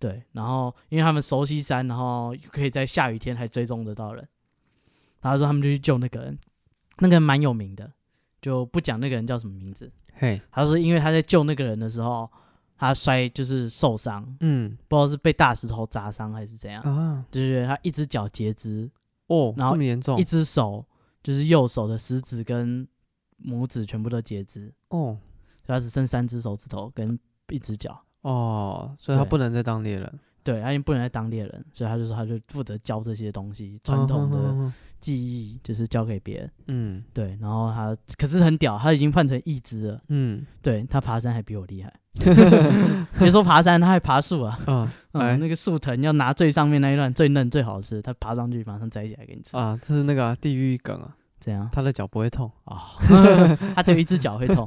B: 对，然后因为他们熟悉山，然后可以在下雨天还追踪得到人。然后他说他们就去救那个人，那个人蛮有名的，就不讲那个人叫什么名字。
A: 嘿，
B: 他是因为他在救那个人的时候，他摔就是受伤，
A: 嗯
B: 不知道是被大石头砸伤还是怎样，
A: 啊，
B: 就是他一只脚截肢，
A: 哦，
B: 然后
A: 这么严重
B: 一，只手就是右手的食指跟拇指全部都截肢，
A: 哦
B: 所以他只剩三只手指头跟一只脚。
A: 哦，所以他
B: 对
A: 不能再当猎人，
B: 对，他因为不能再当猎人，所以他就说他就负责教这些东西，
A: 嗯
B: 传统的，
A: 哼哼哼
B: 技艺就是交给别人。
A: 嗯
B: 对，然后他可是很屌，他已经换成义肢了。 [LAUGHS]
A: 嗯
B: 对他爬山还比我
A: [LAUGHS]
B: 厉害，别说爬山，他还爬树啊。
A: 啊来
B: 嗯，那个树藤要拿最上面那一段最嫩最好吃，他爬上去马上摘起来给你吃。
A: 啊，这是那个啊地狱梗啊，[LAUGHS]
B: 这样
A: 他的脚不会痛，
B: 啊，他只有一只脚会
A: [LAUGHS]
B: 痛。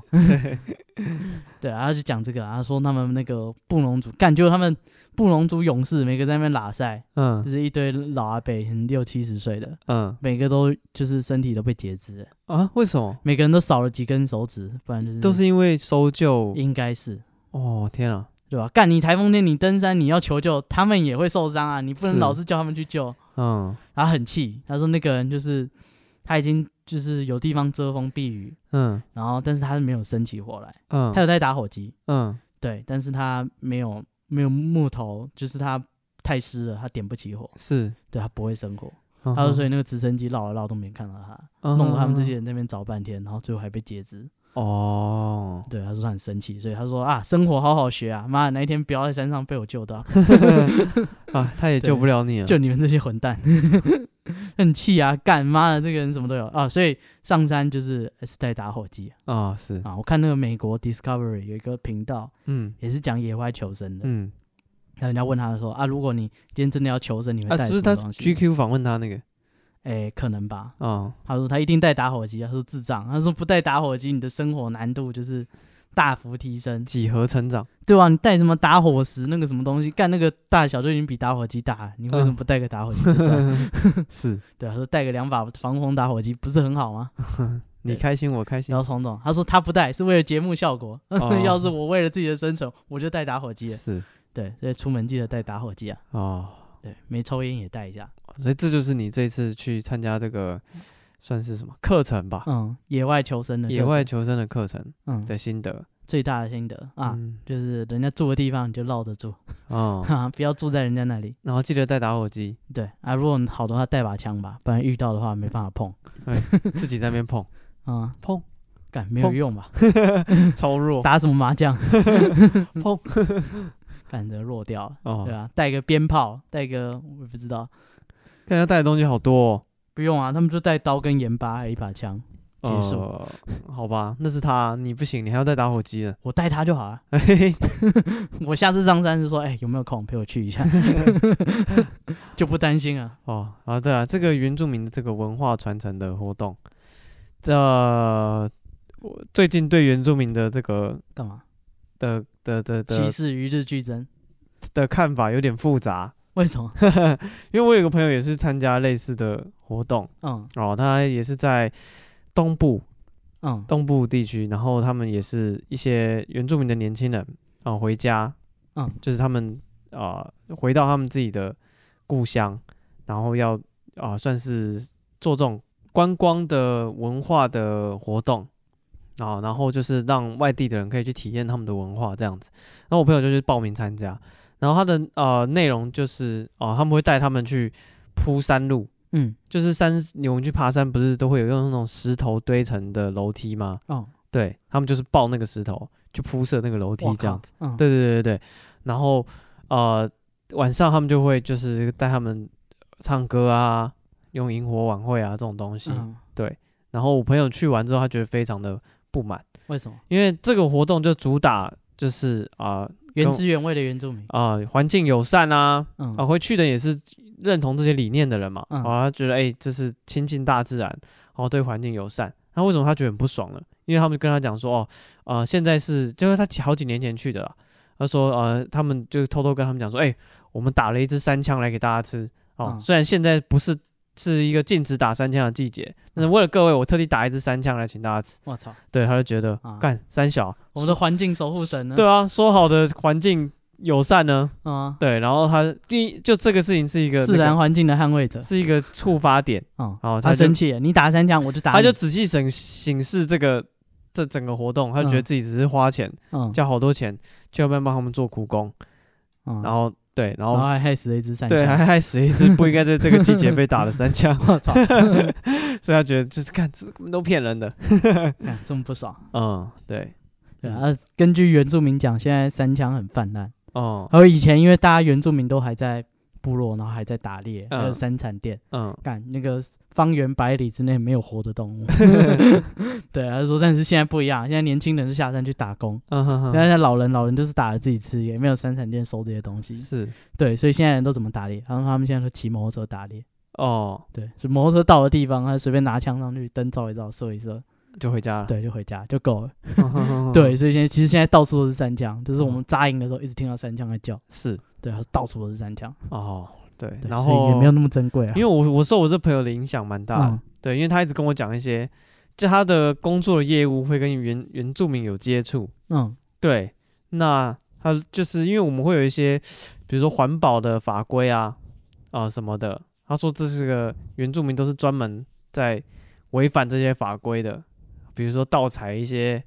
B: 对，然后就讲这个啊，他说他们那个布农族干，就他们布农族勇士每个在那边拉塞，就
A: 嗯
B: 是一堆老阿伯，可能六七十岁的，
A: 嗯
B: 每个都就是身体都被截肢了，
A: 啊，为什么？
B: 每个人都少了几根手指，不然就是
A: 都是因为搜救
B: 应该是。
A: 哦，天啊，
B: 对吧？干你台风天你登山你要求救，他们也会受伤啊！你不能
A: 是
B: 老是叫他们去救。
A: 嗯
B: 然后很气，他说那个人就是他已经就是有地方遮风避雨，
A: 嗯
B: 然后但是他是没有生起火来，
A: 嗯，
B: 他有在打火机，
A: 嗯
B: 对，但是他没有没有木头，就是他太湿了，他点不起火，
A: 是，嗯
B: 对他不会生火。
A: 他
B: 他说所以那个直升机绕来绕都没看到他，
A: 嗯
B: 弄得他们这些人在那边找半天，然后最后还被截肢。
A: 哦，
B: 对，他说他很生气，所以他说啊，生活好好学啊，妈的，哪一天不要在山上被我救到，
A: 嗯啊，他也
B: 对
A: 救不了你了，
B: [LAUGHS] 就你们这些混蛋， [LAUGHS] 很气啊！干妈的，这个人什么都有啊！所以上山就是是在打火机
A: 啊是，
B: 啊！我看那个美国 Discovery 有一个频道，
A: 嗯
B: 也是讲野外求生的。然
A: 嗯，
B: 后人家问他说啊，如果你今天真的要求生，你会
A: 啊
B: 带
A: 是
B: 什
A: 不是
B: 么
A: 他
B: 东西？
A: GQ 访问他那个
B: 哎，可能吧。
A: 啊？
B: 他说他一定带打火机，他说智障，他说不带打火机，你的生活难度就是大幅提升，
A: 几何成
B: [LAUGHS]
A: 长，
B: 对吧、你带什么打火石那个什么东西，干那个大小就已经比打火机大了，你为什
A: 嗯
B: 么不带个打火机就算了？
A: [LAUGHS] 是
B: 对，他啊说带个两把防风打火机不是很好吗？
A: 你
B: 对
A: 开心我开心
B: 然，后虫总他说他不带是为了节目效果，
A: 哦
B: [LAUGHS] 要是我为了自己的生存，我就带打
A: [LAUGHS]
B: 火机了。
A: 是
B: 对，所以出门记得带打火机啊。
A: 哦，
B: 对，没抽烟也带一下。
A: 所以这就是你这次去参加这个算是什么课程吧？
B: 嗯，野外求生的
A: 啊野
B: 各种
A: 外，求生的课程
B: 嗯，
A: 的心得
B: 最大的心得啊，
A: 嗯
B: 就是人家住的地方你就绕着住，
A: 哦，
B: 哈， [LAUGHS] 不要住在人家那里。
A: 然后记得带打火机，
B: 对啊，如果好的话带把枪吧，不然遇到的话没办法碰。
A: 自己在那边
B: [LAUGHS]
A: 碰
B: 啊、
A: 碰，
B: 干没有
A: 碰
B: 用吧？
A: 超弱
B: [LAUGHS] 打什么麻将？
A: 碰
B: 干得弱掉了。
A: 哦
B: 对，啊，带个鞭炮，带个我也不知道，
A: 看他带的东西好多哦。
B: 不用啊，他们就带刀跟盐巴还有一把枪。结束
A: 呃好吧，那是他，你不行，你还要带打火机呢。
B: 我带他就好了。
A: 嘿嘿
B: [LAUGHS] 我下次上山就说，哎、有没有空陪我去一
A: [LAUGHS]
B: 下， [LAUGHS] 就不担心啊。
A: 哦，啊，对啊，这个原住民的这个文化传承的活动，呃，我最近对原住民的这个
B: 干嘛？
A: 的的的
B: 歧
A: 的
B: 视与日俱增？
A: 的看法有点复杂，
B: 为什么？
A: [LAUGHS] 因为我有个朋友也是参加类似的活动
B: 嗯
A: 哦，他也是在东部
B: 嗯
A: 东部地区，然后他们也是一些原住民的年轻人啊、哦回家，
B: 嗯，
A: 就是他们啊、呃回到他们自己的故乡，然后要啊、呃算是做这种观光的文化的活动啊、然后就是让外地的人可以去体验他们的文化这样子。然后我朋友就去报名参加，然后他的呃内容就是哦、他们会带他们去铺山路。
B: 嗯
A: 就是山，你我们去爬山不是都会有用那种石头堆成的楼梯吗？
B: 哦，
A: 对他们就是抱那个石头去铺设那个楼梯
B: 我
A: 这样
B: 靠
A: 子。。
B: 嗯，
A: 对对对对对，然后呃晚上他们就会就是带他们唱歌啊，用萤火晚会啊这种东西。
B: 嗯，
A: 然后我朋友去完之后，他觉得非常的不满，
B: 为什么？
A: 因为这个活动就主打就是啊
B: 原汁原味的原住民。
A: 啊、环境友善啊，
B: 嗯
A: 啊，会去的也是认同这些理念的人嘛，
B: 嗯
A: 啊，他觉得哎、这是亲近大自然，然后对环境友善。那为什么他觉得很不爽呢？因为他们就跟他讲说，哦，呃，现在是就是他几好几年前去的啦。他说，呃，他们就偷偷跟他们讲说，哎、我们打了一支三枪来给大家吃。哦，
B: 嗯
A: 虽然现在不是是一个禁止打三枪的季节，但是为了各位，我特地打一支三枪来请大家吃。
B: 我操，
A: 对，他就觉得
B: 啊
A: 干、三小，
B: 我们的环境守护神呢？
A: 啊对啊，说好的环境友善呢？
B: 啊，
A: 对，然后他第一就这个事情是一个、
B: 自然环境的捍卫者，
A: 是一个触发点，
B: 哦，
A: 然后
B: 他
A: 他就
B: 生气了，你打三枪我就打你，
A: 他就仔细审审视这个这整个活动，他就觉得
B: 嗯
A: 自己只是花钱，
B: 嗯，
A: 交好多钱，就要帮他们做苦工，
B: 嗯
A: 然后对，然
B: 然
A: 后
B: 后还害死了一只三
A: 对，还
B: 枪，
A: 害死一只不应该在这个季节被打的三枪，
B: [LAUGHS]
A: [LAUGHS]
B: 我操，
A: 所以他觉得就是看这都骗人的。
B: 干哎这么不爽。
A: 嗯，对，
B: 对啊，啊根据原住民讲，现在三枪很泛滥。
A: 哦，
B: 还有以前，因为大家原住民都还在部落，然后还在打猎，还有
A: 嗯
B: 三产店，
A: 嗯，
B: 干那个方圆百里之内没有活
A: [LAUGHS]
B: 的动物。 [LAUGHS] 对，他就说，但是现在不一样，现在年轻人是下山去打工，
A: 嗯哼哼
B: 但是老人老人就是打了自己吃，也没有三产店收这些东西。
A: 是，
B: 对，所以现在人都怎么打猎？然后他们现在都骑摩托车打猎。
A: 哦，
B: 对，是摩托车到的地方，他随便拿枪上去，灯照一照，射一射，
A: 就回家了。
B: 对，就回家就够了。 [LAUGHS]
A: 嗯哼 [LAUGHS] 哼哼，
B: 对，所以现在其实现在到处都是三枪，就是
A: 嗯
B: 我们扎营的时候一直听到三枪在叫，
A: 是，
B: 对，它到处都是三枪，
A: 哦，对，
B: 对
A: 然
B: 所以
A: 后
B: 也没有那么珍贵啊。
A: 因为我我受我这朋友的影响蛮大的
B: 嗯，
A: 对，因为他一直跟我讲一些，就他的工作的业务会跟原原住民有接触，
B: 嗯
A: 对，那他就是因为我们会有一些，比如说环保的法规啊啊、什么的，他说这是个原住民都是专门在违反这些法规的，比如说盗采一些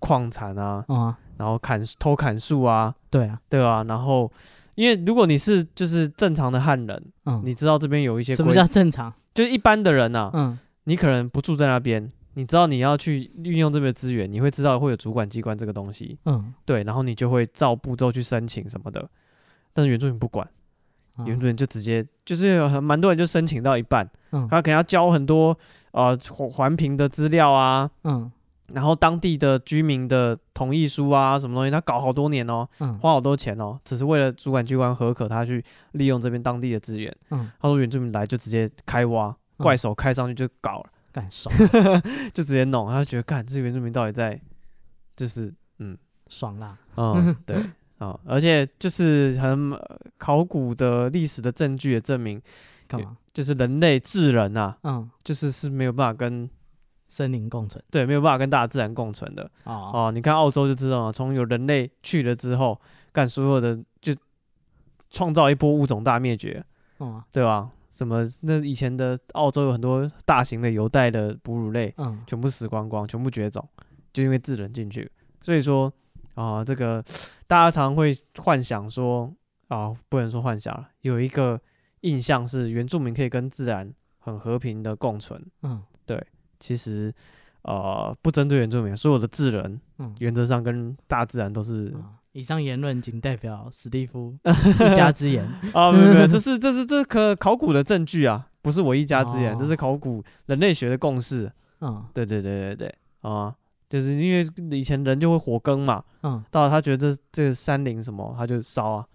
A: 矿产啊，
B: 嗯啊，
A: 然后砍偷砍树啊，
B: 对啊，
A: 对啊，然后因为如果你是就是正常的汉人，
B: 嗯，
A: 你知道这边有一些
B: 什么
A: 规，
B: 叫正常？
A: 就是一般的人呐、啊，
B: 嗯
A: 你可能不住在那边，你知道你要去运用这边的资源，你会知道会有主管机关这个东西，
B: 嗯，
A: 对，然后你就会照步骤去申请什么的。但是原住民不管，
B: 啊
A: 原住民就直接就是有很蛮多人就申请到一半，
B: 嗯
A: 他可能要交很多呃环环评的资料啊，
B: 嗯
A: 然后当地的居民的同意书啊什么东西，他搞好多年哦，
B: 嗯
A: 花好多钱哦，只是为了主管机关合可他去利用这边当地的资源。
B: 嗯，
A: 他说原住民来就直接开挖，
B: 嗯
A: 怪手开上去就搞了，
B: 干爽
A: [LAUGHS] 就直接弄，他就觉得干这原住民到底在就是
B: 爽啦，
A: 嗯，对啊、而且就是很呃考古的历史的证据也证明，
B: 干嘛？
A: 就是人类智人啊，
B: 嗯，
A: 就是是没有办法跟
B: 森林共存
A: 对没有办法跟大自然共存的
B: 啊，
A: 哦、你看澳洲就知道了，从有人类去了之后，干所有的就创造一波物种大灭绝，
B: 嗯
A: 对吧？什么那以前的澳洲有很多大型的犹带的哺乳类，
B: 嗯
A: 全部死光光，全部绝种，就因为智人进去。所以说啊、这个 [SNIFFS] 大家常会幻想说啊、不能说幻想了，有一个印象是原住民可以跟自然很和平的共存。
B: 嗯
A: 其实呃，不针对原住民，所有的智人
B: 嗯
A: 原则上跟大自然都是
B: 啊。以上言论仅代表史
A: [LAUGHS]
B: 蒂夫一家之言。
A: 啊，没有没有，这是这是这可考古的证据啊，不是我一家之言，
B: 哦
A: 这是考古人类学的共识。
B: 嗯
A: 对对对对对啊、就是因为以前人就会火耕嘛，
B: 嗯
A: 到了他觉得这这个山林什么，他就烧啊，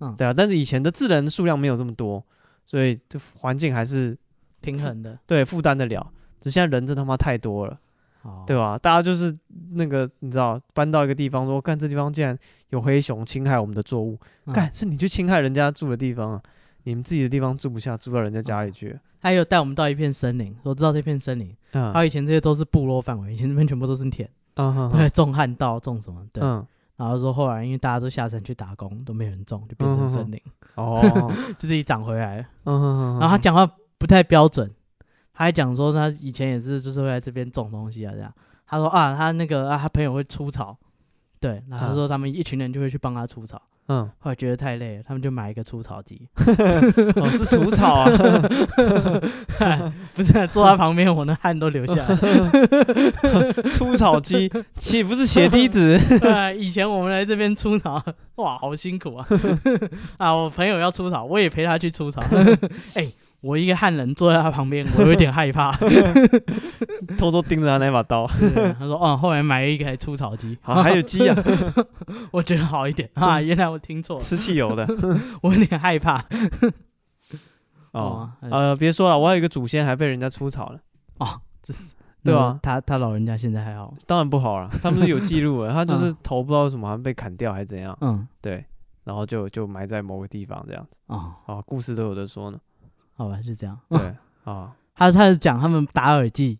B: 嗯
A: 对啊。但是以前的智人数量没有这么多，所以这环境还是
B: 平衡
A: [LAUGHS]
B: 的，
A: 对负担得了。只现在人真他妈太多了，
B: 哦
A: 对啊吧？大家就是那个你知道，搬到一个地方说，干这地方竟然有黑熊侵害我们的作物，
B: 嗯
A: 干是你去侵害人家住的地方啊，你们自己的地方住不下，住到人家家里去，
B: 他有带我们到一片森林，说知道这片森林，
A: 嗯
B: 还有以前这些都是部落范围，以前这边全部都是田，
A: 嗯哼哼
B: 对， [LAUGHS] 种旱稻，种什么对。 [LAUGHS]
A: 嗯
B: 然后说后来因为大家都下山去打工，都没人种，就变成森林，
A: 哦，
B: 就自己长回来了。
A: 嗯哼哼，
B: 然后他讲话不太标准，他还讲说他以前也是就是会在这边种东西啊这样。他说啊，他那个啊他朋友会除草，对，然后他
A: 啊
B: 说他们一群人就会去帮他除草。
A: 嗯，
B: 后来觉得太累了，他们就买一个除
A: [LAUGHS]
B: 草机， [LAUGHS]
A: 哦是除草啊，
B: 不是啊、坐他旁边，我那汗都流下来了。
A: [LAUGHS] 除草机，岂不是血滴子？ [LAUGHS]
B: 对啊，以前我们来这边出草， [LAUGHS] 哇，好辛苦啊！ [LAUGHS] 啊，我朋友要出草，我也陪他去出草。 [LAUGHS] 哎、我一个汉人坐在他旁边，我有点害
A: [LAUGHS]
B: 怕。
A: 偷偷盯着他那把刀。
B: 对他说：“哦，后来买了一台除草机，
A: 好，还有嗯鸡啊，
B: [LAUGHS] 我觉得好一点啊。原来我听错了，
A: 吃汽油的。
B: 我有点害怕。
A: 哦，
B: 嗯
A: 呃，别说了，我还有一个祖先还被人家出草了，
B: 哦，这是
A: [LAUGHS] 对啊
B: 他他老人家现在还好。
A: 当然不好了。他们是有记录的，他就是头不知道为什么好像被砍掉还是怎样，
B: 嗯，
A: 对，然后就就埋在某个地方这样子。
B: 哦，
A: 啊，故事都有的说呢。
B: 好吧，是这样。
A: 对啊
B: 他他是讲他们打耳记，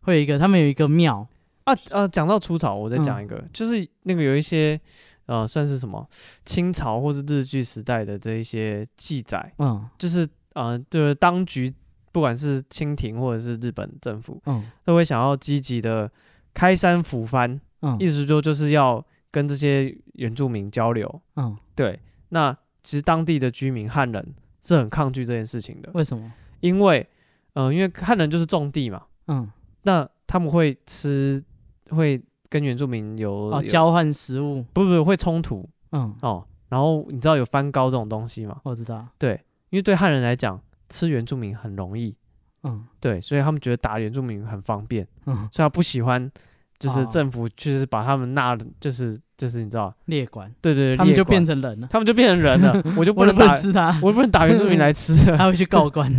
B: 会有一个他们有一个庙，
A: 啊啊！讲到除草，我再讲一个，就是那个有一些呃，算是什么清朝或是日据时代的这一些记载，
B: 嗯
A: 就是呃，就是当局不管是清廷或者是日本政府，
B: 嗯
A: 都会想要积极的开山抚番，
B: 嗯
A: 意思说就是要跟这些原住民交流。
B: 嗯，
A: 对，那其实当地的居民汉人是很抗拒这件事情的，
B: 为什么？
A: 因为呃，因为汉人就是种地嘛，
B: 嗯，
A: 那他们会吃，会跟原住民有
B: 哦，
A: 有
B: 交换食物，
A: 不不会冲突
B: 嗯，
A: 哦。然后你知道有翻高这种东西嘛？
B: 我知道，
A: 对，因为对汉人来讲，吃原住民很容易，
B: 嗯
A: 对，所以他们觉得打原住民很方便，
B: 嗯，
A: 所以他不喜欢，就是
B: 哦
A: 政府就是把他们纳，就是就是你知道，
B: 列管，
A: 对对对，
B: 他们
A: 列
B: 就
A: 管
B: 变成人了，
A: 他们就变成人了，我就不
B: 我都
A: 能
B: 不能
A: 打，
B: 吃
A: [LAUGHS]
B: 他，
A: 我不能打原住民来吃，
B: [LAUGHS] 他会去
A: [LAUGHS]
B: 告官，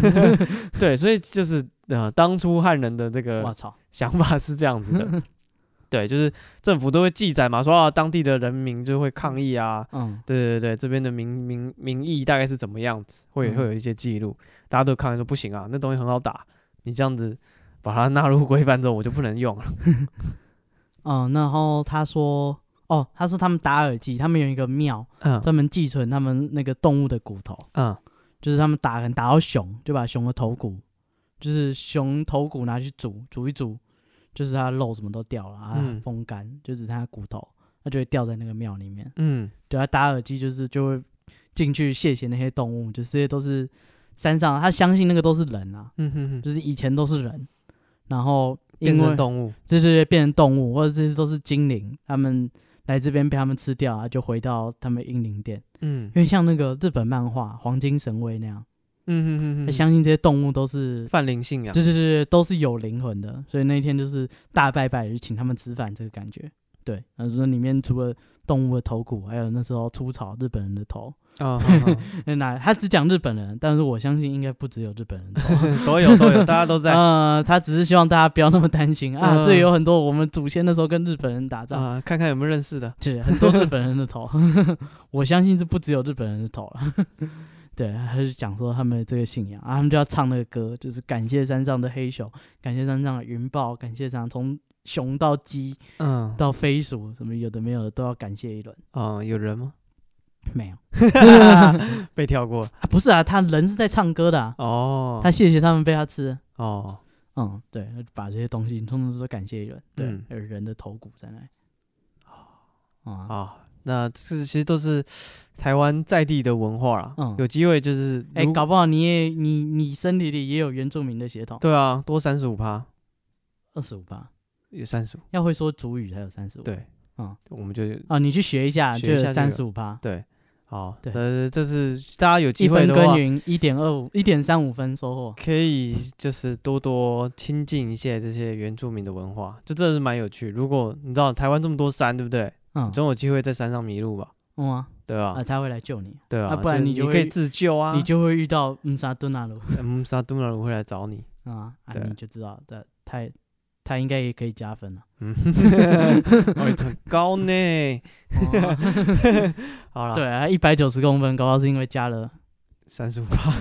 A: 对，所以就是呃，当初汉人的这
B: 我
A: 个
B: 操，
A: 想法是这样子
B: [LAUGHS]
A: 的，对，就是政府都会记载嘛，说啊，当地的人民就会抗议啊，
B: 嗯
A: 对对对，这边的民民民意大概是怎么样子，会
B: 嗯
A: 会有一些记录，大家都抗议说不行啊，那东西很好打，你这样子把它纳入规范之后，我就不能用了。
B: 嗯，然后他说，哦，他说他们打耳记，他们有一个庙
A: 嗯
B: 专门寄存他们那个动物的骨头，
A: 嗯
B: 就是他们打可能打到熊，就把熊的头骨，就是熊头骨拿去煮，煮一煮，就是它的肉什么都掉了啊，它
A: 嗯
B: 风干，就只剩下骨头，它就会掉在那个庙里面。
A: 嗯
B: 对，它打耳机就是就会进去谢谢那些动物，就是这些都是山上，他相信那个都是人啊，
A: 嗯哼哼，
B: 就是以前都是人，然后因
A: 变
B: 为
A: 成动物，
B: 这些变成动物，或者这些都是精灵，他们来这边被他们吃掉啊，就回到他们英灵殿，
A: 嗯
B: 因为像那个日本漫画《黄金神威》那样。
A: 嗯哼哼哼，
B: 相信这些动物都是，
A: 泛灵啊信仰
B: 对，对对，都是有灵魂的，所以那一天就是大拜拜，就请他们吃饭，这个感觉。对，然后说里面除了动物的头骨，还有那时候出草日本人的头，
A: 啊，好好
B: 那他只讲日本人，但是我相信应该不只有日本人头。
A: 哦都有都有，大家都 [LAUGHS]
B: [LAUGHS]
A: 在啊、
B: 呃，他只是希望大家不要那么担心啊，
A: 嗯
B: 这有很多我们祖先那时候跟日本人打仗，
A: 啊看看有没有认识的。
B: 对，很多日本人的头， [LAUGHS] 我相信是不只有日本人的头了。 [LAUGHS] 对，他就讲说他们的这个信仰啊，他们就要唱那个歌，就是感谢山上的黑熊，感谢山上的云豹，感谢山上从熊到鸡
A: 嗯
B: 到飞鼠，什么有的没有的都要感谢一轮。
A: 嗯，有人吗？[LAUGHS]
B: 没有 [LAUGHS]
A: 被跳过
B: 啊，不是啊，他人是在唱歌的、啊，
A: 哦，
B: 他谢谢他们被他吃。
A: 哦，
B: 嗯，对，他就把这些东西通通都感谢一轮。对，
A: 嗯
B: 还有人的头骨在那里。啊、
A: 啊，那这其实都是台湾在地的文化啦。
B: 嗯
A: 有机会就是
B: 哎、
A: 如
B: 搞不好你也你你身体里也有原住民的血统，
A: 对啊，多三十五趴，
B: 二十五吧。
A: 有三十五，
B: 要会说主语才有三十五。
A: 对，
B: 嗯，
A: 我们就
B: 哦，你去学一下，
A: 学
B: 就
A: 一
B: 有
A: 下就有
B: 三十五趴，
A: 对，好，
B: 对
A: 呃，这是大家有
B: 一
A: 机会
B: 分
A: 的话
B: 耕，耘一点二五、一点三五分收获。
A: 可以就是多多亲近一些这些原住民的文化，就真的是蛮有趣。如果你知道台湾这么多山，对不对？
B: 嗯，
A: 总有机会在山上迷路吧，
B: 嗯啊，
A: 对吧、
B: 啊，他会来救你，
A: 对啊，
B: 啊不然
A: 就
B: 你
A: 你
B: 就
A: 可以
B: 会
A: 自救啊，
B: 你就会遇到嗯沙顿纳鲁
A: 嗯，沙杜兰会来找
B: [LAUGHS]
A: 你。
B: 啊，啊，
A: 对
B: 你就知道的，他他应该也可以加分了。
A: 嗯，哦，很高呢。
B: 哦
A: 好了，
B: [LAUGHS] 对啊，一百九十公分，搞到是因为加了， [LAUGHS]
A: 三十五趴，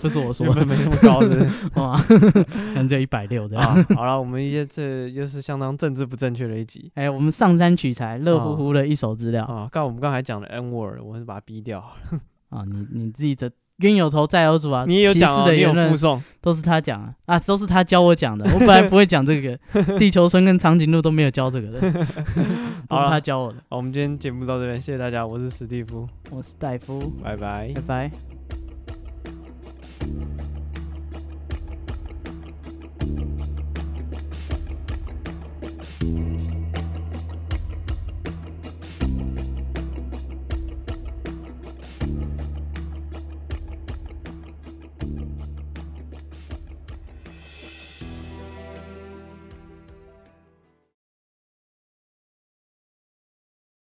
B: 不是我说
A: 原本没那么高的
B: 的
A: [LAUGHS]
B: 啊，可能只有一百六的。 [LAUGHS]
A: 啊。好了，我们一些这又是相当政治不正确的一集
B: 哎，我们上山取材，热乎
A: 哦
B: 乎的一手资料
A: 啊。刚我们刚才讲的 N word，我是把它逼掉好了。
B: 啊，你你自己这冤有头债有主啊，
A: 你也有
B: 歧
A: 讲
B: 视
A: 哦，
B: 的
A: 你有
B: 言论
A: 附送。
B: 都是他讲啊，啊，都是他教我讲的。我本来不会讲这个，
A: [LAUGHS]
B: 地球村跟长颈鹿都没有教这个的，都是
A: 好啦
B: 他教我的。
A: 好，我们今天节目到这边，谢谢大家，我是史蒂夫，
B: 我是戴夫，
A: 拜拜
B: 拜。拜。